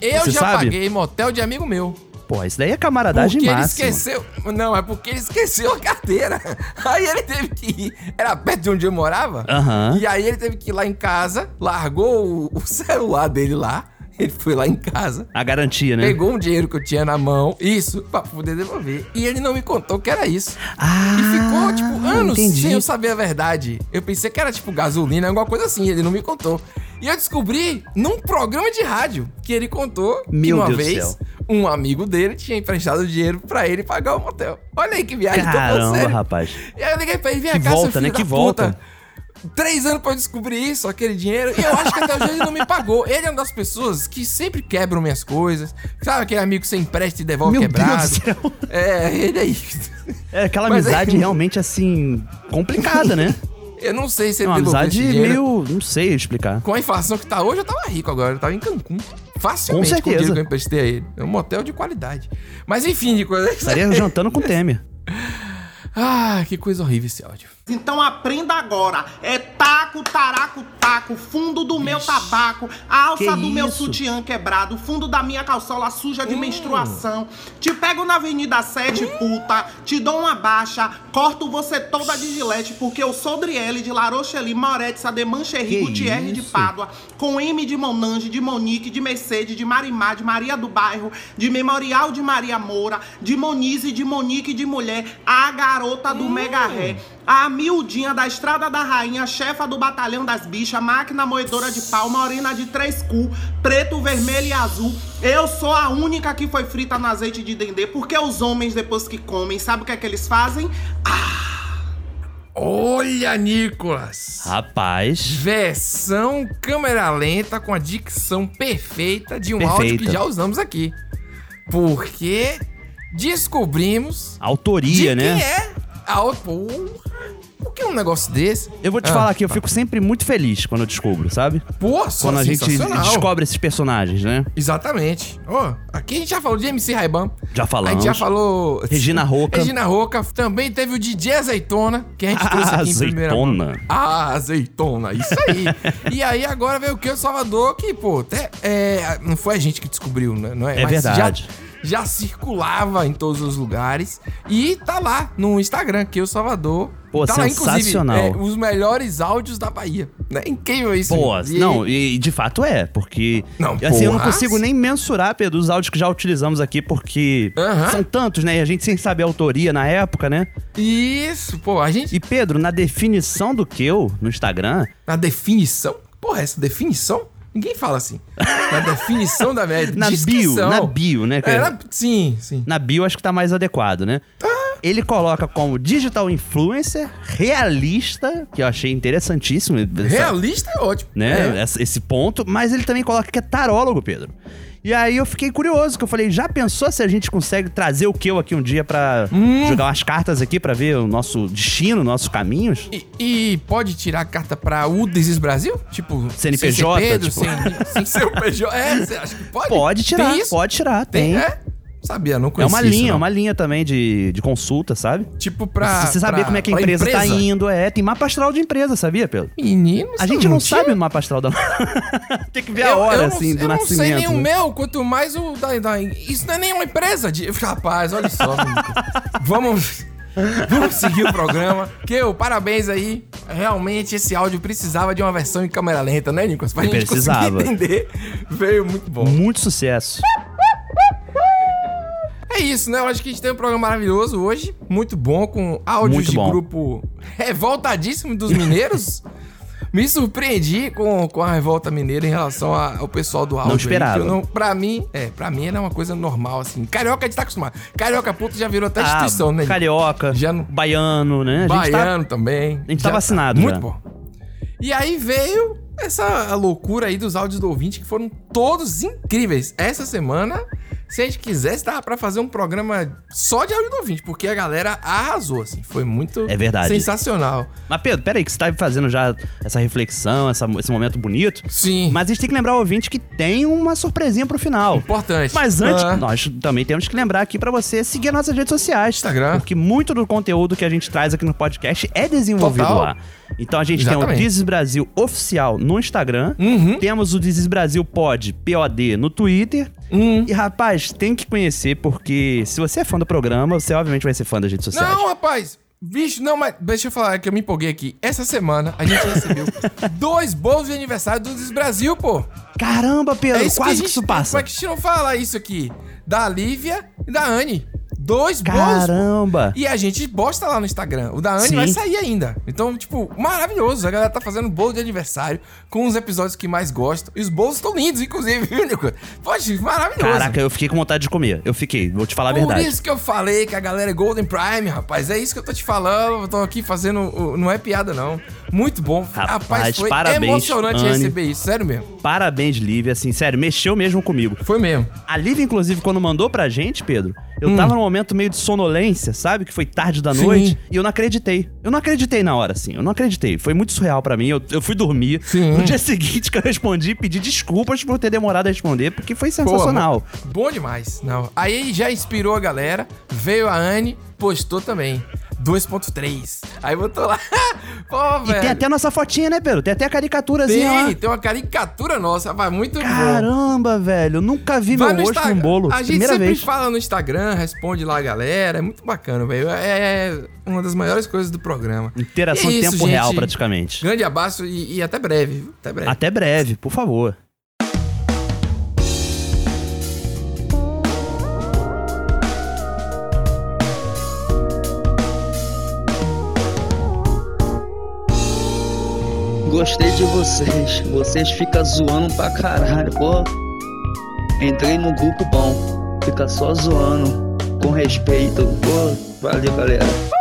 B: Eu
C: Você
B: já
C: sabe?
B: paguei motel de amigo meu.
C: Pô, isso daí é camaradagem
B: porque ele
C: máxima.
B: esqueceu. Não, é porque ele esqueceu a carteira. Aí ele teve que ir. Era perto de onde eu morava.
C: Aham.
B: E aí ele teve que ir lá em casa, largou o, o celular dele lá. Ele foi lá em casa.
C: A garantia, né?
B: Pegou um dinheiro que eu tinha na mão, isso, pra poder devolver. E ele não me contou que era isso.
C: Ah,
B: e ficou,
Q: Ah,
B: tipo, anos
C: entendi.
B: sem eu saber a verdade. Eu pensei que era, tipo, gasolina, alguma coisa assim. Ele não me contou. E eu descobri num programa de rádio que ele contou que
C: Meu
B: uma
C: Deus do
B: vez
C: céu.
B: um amigo dele tinha emprestado dinheiro pra ele pagar o motel. Olha aí que viagem, tô falando
C: Caramba,
B: sério.
C: rapaz.
B: E aí eu liguei pra ele, vem
C: Que
B: cá, seu
C: volta,
B: filho
C: né?
B: da
C: Que
B: puta.
C: volta.
B: Três anos pra eu descobrir isso, aquele dinheiro. E eu acho que até hoje ele não me pagou. Ele é uma das pessoas que sempre quebram minhas coisas. Sabe aquele amigo que você empresta e devolve
C: Meu
B: quebrado?
C: Deus do céu.
B: É, ele é isso.
C: É aquela
B: Mas aí-
C: amizade realmente, assim, complicada, né?
B: Eu não sei se
C: É
B: ele
C: uma
B: devolveu
C: amizade
B: esse dinheiro.
C: meio... Não sei explicar.
B: Com a inflação que tá hoje, eu tava rico agora. Eu tava em Cancún. Facilmente
C: Com
B: com, o dinheiro
C: certeza.
B: que eu emprestei a ele. É um motel de qualidade. Mas enfim, de coisa.
C: Estaria jantando com o Temer.
B: Ah, que coisa horrível esse áudio.
R: Então aprenda agora. É taco, taraco, taco, fundo do meu tabaco, a alça
Q: Que
R: do meu
Q: isso?
R: sutiã quebrado, fundo da minha calçola suja de menstruação. Te pego na Avenida 7, puta, te dou uma baixa, corto você toda de gilete, porque eu sou Driele de La Rochelle, Moretti, Sademan,
C: Que
R: Cherry, Gutierrez de
C: isso?
R: Pádua, com M de Monange, de Monique, de Mercedes, de Marimar, de Maria do Bairro, de Memorial de Maria Moura, de Monize, de Monique, de Mulher, a garota do Mega Ré. A miudinha da Estrada da Rainha, chefa do Batalhão das Bichas, máquina moedora de pau, morena de três cu, preto, vermelho e azul. Eu sou a única que foi frita no azeite de dendê, porque os homens, depois que comem, sabe o que é que eles fazem?
B: Olha, Nicolas!
C: Rapaz.
B: Versão câmera lenta com a dicção perfeita de um áudio que
C: Perfeita.
B: já usamos aqui. Porque descobrimos
C: Autoria,
B: de
C: né?
B: quem é a au- Porra, Por que um negócio desse? Ah, tá.
C: Eu vou te falar que eu fico sempre muito feliz quando eu descubro, sabe?
B: Pô,
C: Quando a gente
B: sensacional.
C: descobre esses personagens, né?
B: Exatamente. Ó, aqui a gente já falou de MC Raiban.
C: Já
B: A
C: falamos.
B: gente já falou.
C: Regina Roca.
B: Regina Roca. Também teve o DJ Azeitona, que a gente trouxe aqui em primeira mão.
C: Azeitona.
B: Ah, azeitona, isso aí. e aí agora veio o que? O Salvador, que, pô, até, é, não foi a gente que descobriu, né? Não
C: É verdade.
B: Já, já circulava em todos os lugares e tá lá no Instagram, que o Salvador.
C: Pô,
B: tá
C: sensacional.
B: lá, inclusive, é, os melhores áudios da Bahia. Né? Incrível isso.
C: Pô,
B: E-
C: não, e de fato é, porque. assim, eu não
B: porra.
C: consigo nem mensurar, Pedro, os áudios que já utilizamos aqui, porque são tantos, né? E a gente sem saber a autoria na época, né?
B: Isso, pô, a gente.
C: E Pedro, na definição do que eu no Instagram.
B: Na definição? Porra, essa definição? Ninguém fala assim. Na definição da média.
C: Na bio,
B: descrição.
C: na bio, né?
B: É, na- sim, sim. Ah.
C: Na bio acho que tá mais adequado, né? Ele coloca como digital influencer, realista, que eu achei interessantíssimo. essa-
B: Realista é ótimo.
C: né?
B: É.
C: essa- Esse ponto, mas ele também coloca que é tarólogo, Pedro. E aí eu fiquei curioso, que eu falei, já pensou se a gente consegue trazer o que eu aqui um dia pra
B: Hum.
C: jogar umas cartas aqui pra ver o nosso destino, nossos caminhos?
B: E pode tirar a carta pra UDES Brasil? Tipo,
C: CNPJ,
B: sem ser Pedro,
C: tipo.
B: sem, sem ser o PJ. É, você acha que pode?
C: Pode tirar,
B: Tem isso?
C: pode tirar, tem.
B: é? Sabia, não
C: É
B: conhecia
C: uma
B: isso,
C: linha, é
B: não.
C: uma linha também de, de consulta, sabe?
B: Tipo pra-
C: Você saber
B: pra-
C: como é que a
B: pra
C: empresa, tá
B: empresa?
C: indo, é. Tem mapa astral de empresa, sabia, Pedro?
B: Menino, é um
C: A
B: você
C: gente
B: não
C: não, sabe o mapa astral da. Tem que ver a
B: Eu-
C: hora,
B: eu não-
C: assim, do
B: eu
C: nascimento.
B: não sei nem o
C: né?
B: meu, quanto mais o da, da- Isso não é nem uma empresa de... Rapaz, olha só. vamos... Vamos seguir o programa. Que o parabéns aí. Realmente esse áudio precisava de uma versão em câmera lenta, né, Nicolas? Pra gente
C: Precisava.
B: conseguir entender. Veio muito bom.
C: Muito sucesso.
B: É isso, né? Eu acho que a gente tem um programa maravilhoso hoje. Muito bom, com áudios
C: Muito
B: de
C: bom.
B: grupo revoltadíssimo dos mineiros. Me surpreendi com, com a revolta mineira em relação a- ao pessoal do áudio. aí, que
C: esperava.
B: eu não, pra mim, é, pra mim era uma coisa normal, assim. Carioca a gente tá acostumado. Carioca puto já
C: Ah,
B: virou até instituição, né?
C: Carioca, baiano, né? A gente tá-
B: Baiano também.
C: A gente
B: Já
C: tá vacinado,
B: Muito
C: já.
B: bom. E aí veio essa loucura aí dos áudios do ouvinte que foram todos incríveis. Essa semana, se a gente quisesse, dava pra fazer um programa só de áudio do ouvinte, porque a galera arrasou, assim. Foi muito
C: É verdade.
B: sensacional.
C: Mas Pedro, peraí, que você tá fazendo já essa reflexão, essa- esse momento bonito.
B: Sim.
C: Mas a gente tem que lembrar o ouvinte que tem uma surpresinha pro final.
B: Importante.
C: Mas antes,
B: Ah.
C: nós também temos que lembrar aqui pra você seguir nossas redes sociais.
B: Instagram.
C: Porque muito do conteúdo que a gente traz aqui no podcast é desenvolvido
B: Total.
C: lá. Então a gente tem
B: Exatamente. Uhum.
C: o Dizes Brasil oficial no Instagram. Temos o Dizes Brasil Pod, POD, no Twitter.
B: Uhum.
C: E rapaz, tem que conhecer, porque se você é fã do programa, você obviamente vai ser fã das redes sociais.
B: Não, rapaz! Bicho, não, mas deixa eu falar que eu me empolguei aqui. Essa semana a gente recebeu dois bolos de aniversário do Desbrasil, pô.
C: Caramba, Pedro, quase que isso
B: é passa. Como é que a gente não fala isso aqui? Da Lívia e da Anne. Dois bons.
C: Caramba!
B: E a gente bosta lá no Instagram. O da Anne
C: Sim.
B: vai sair ainda. Então, tipo, maravilhoso. A galera tá fazendo bolo de aniversário com os episódios que mais gostam. E os bolos estão lindos, inclusive, viu, Nico? Poxa, maravilhoso.
C: Caraca, eu fiquei com vontade de comer. Eu fiquei, vou te falar a
B: Por
C: verdade.
B: isso que eu falei que a galera é Golden Prime, rapaz. É isso que eu tô te falando. Eu tô aqui fazendo. o- Não é piada, não. Muito bom. Rapaz, foi
C: parabéns,
B: emocionante
C: Anne.
B: receber isso, sério mesmo.
C: Parabéns, Lívia, assim, sério, mexeu mesmo comigo.
B: Foi mesmo. Hum.
C: A Lívia, inclusive, quando mandou pra gente, Pedro, eu tava num momento meio de sonolência, sabe? Que foi tarde da
B: Sim.
C: noite, e eu não acreditei. Eu não acreditei na hora, assim, eu não acreditei. Foi muito surreal pra mim, eu, eu fui dormir. No dia seguinte que eu respondi, pedi desculpas por ter demorado a responder, porque foi sensacional.
B: Pô, amor, bom demais. Não. Aí já inspirou a galera, veio a Anne, postou também. 2.3. Aí botou lá. Pô,
C: e
B: velho.
C: tem até nossa fotinha, né, Pedro? Tem até a caricaturazinha lá.
B: tem, um tem uma caricatura nossa, vai muito bom.
C: Caramba, velho, eu nunca vi meu rosto num bolo.
B: A gente
C: Primeira
B: sempre
C: vez.
B: fala no Instagram, responde lá a galera. É muito bacana, velho. É uma das maiores coisas do programa.
C: Interação
B: E é
C: em
B: isso,
C: tempo real,
B: gente.
C: praticamente.
B: Grande abraço e, e até breve. viu? Até breve.
C: Até breve, por favor.
Q: Gostei de vocês. Vocês ficam zoando pra caralho, pô. Entrei num grupo bom. Fica só zoando. Com respeito, pô. Valeu, galera.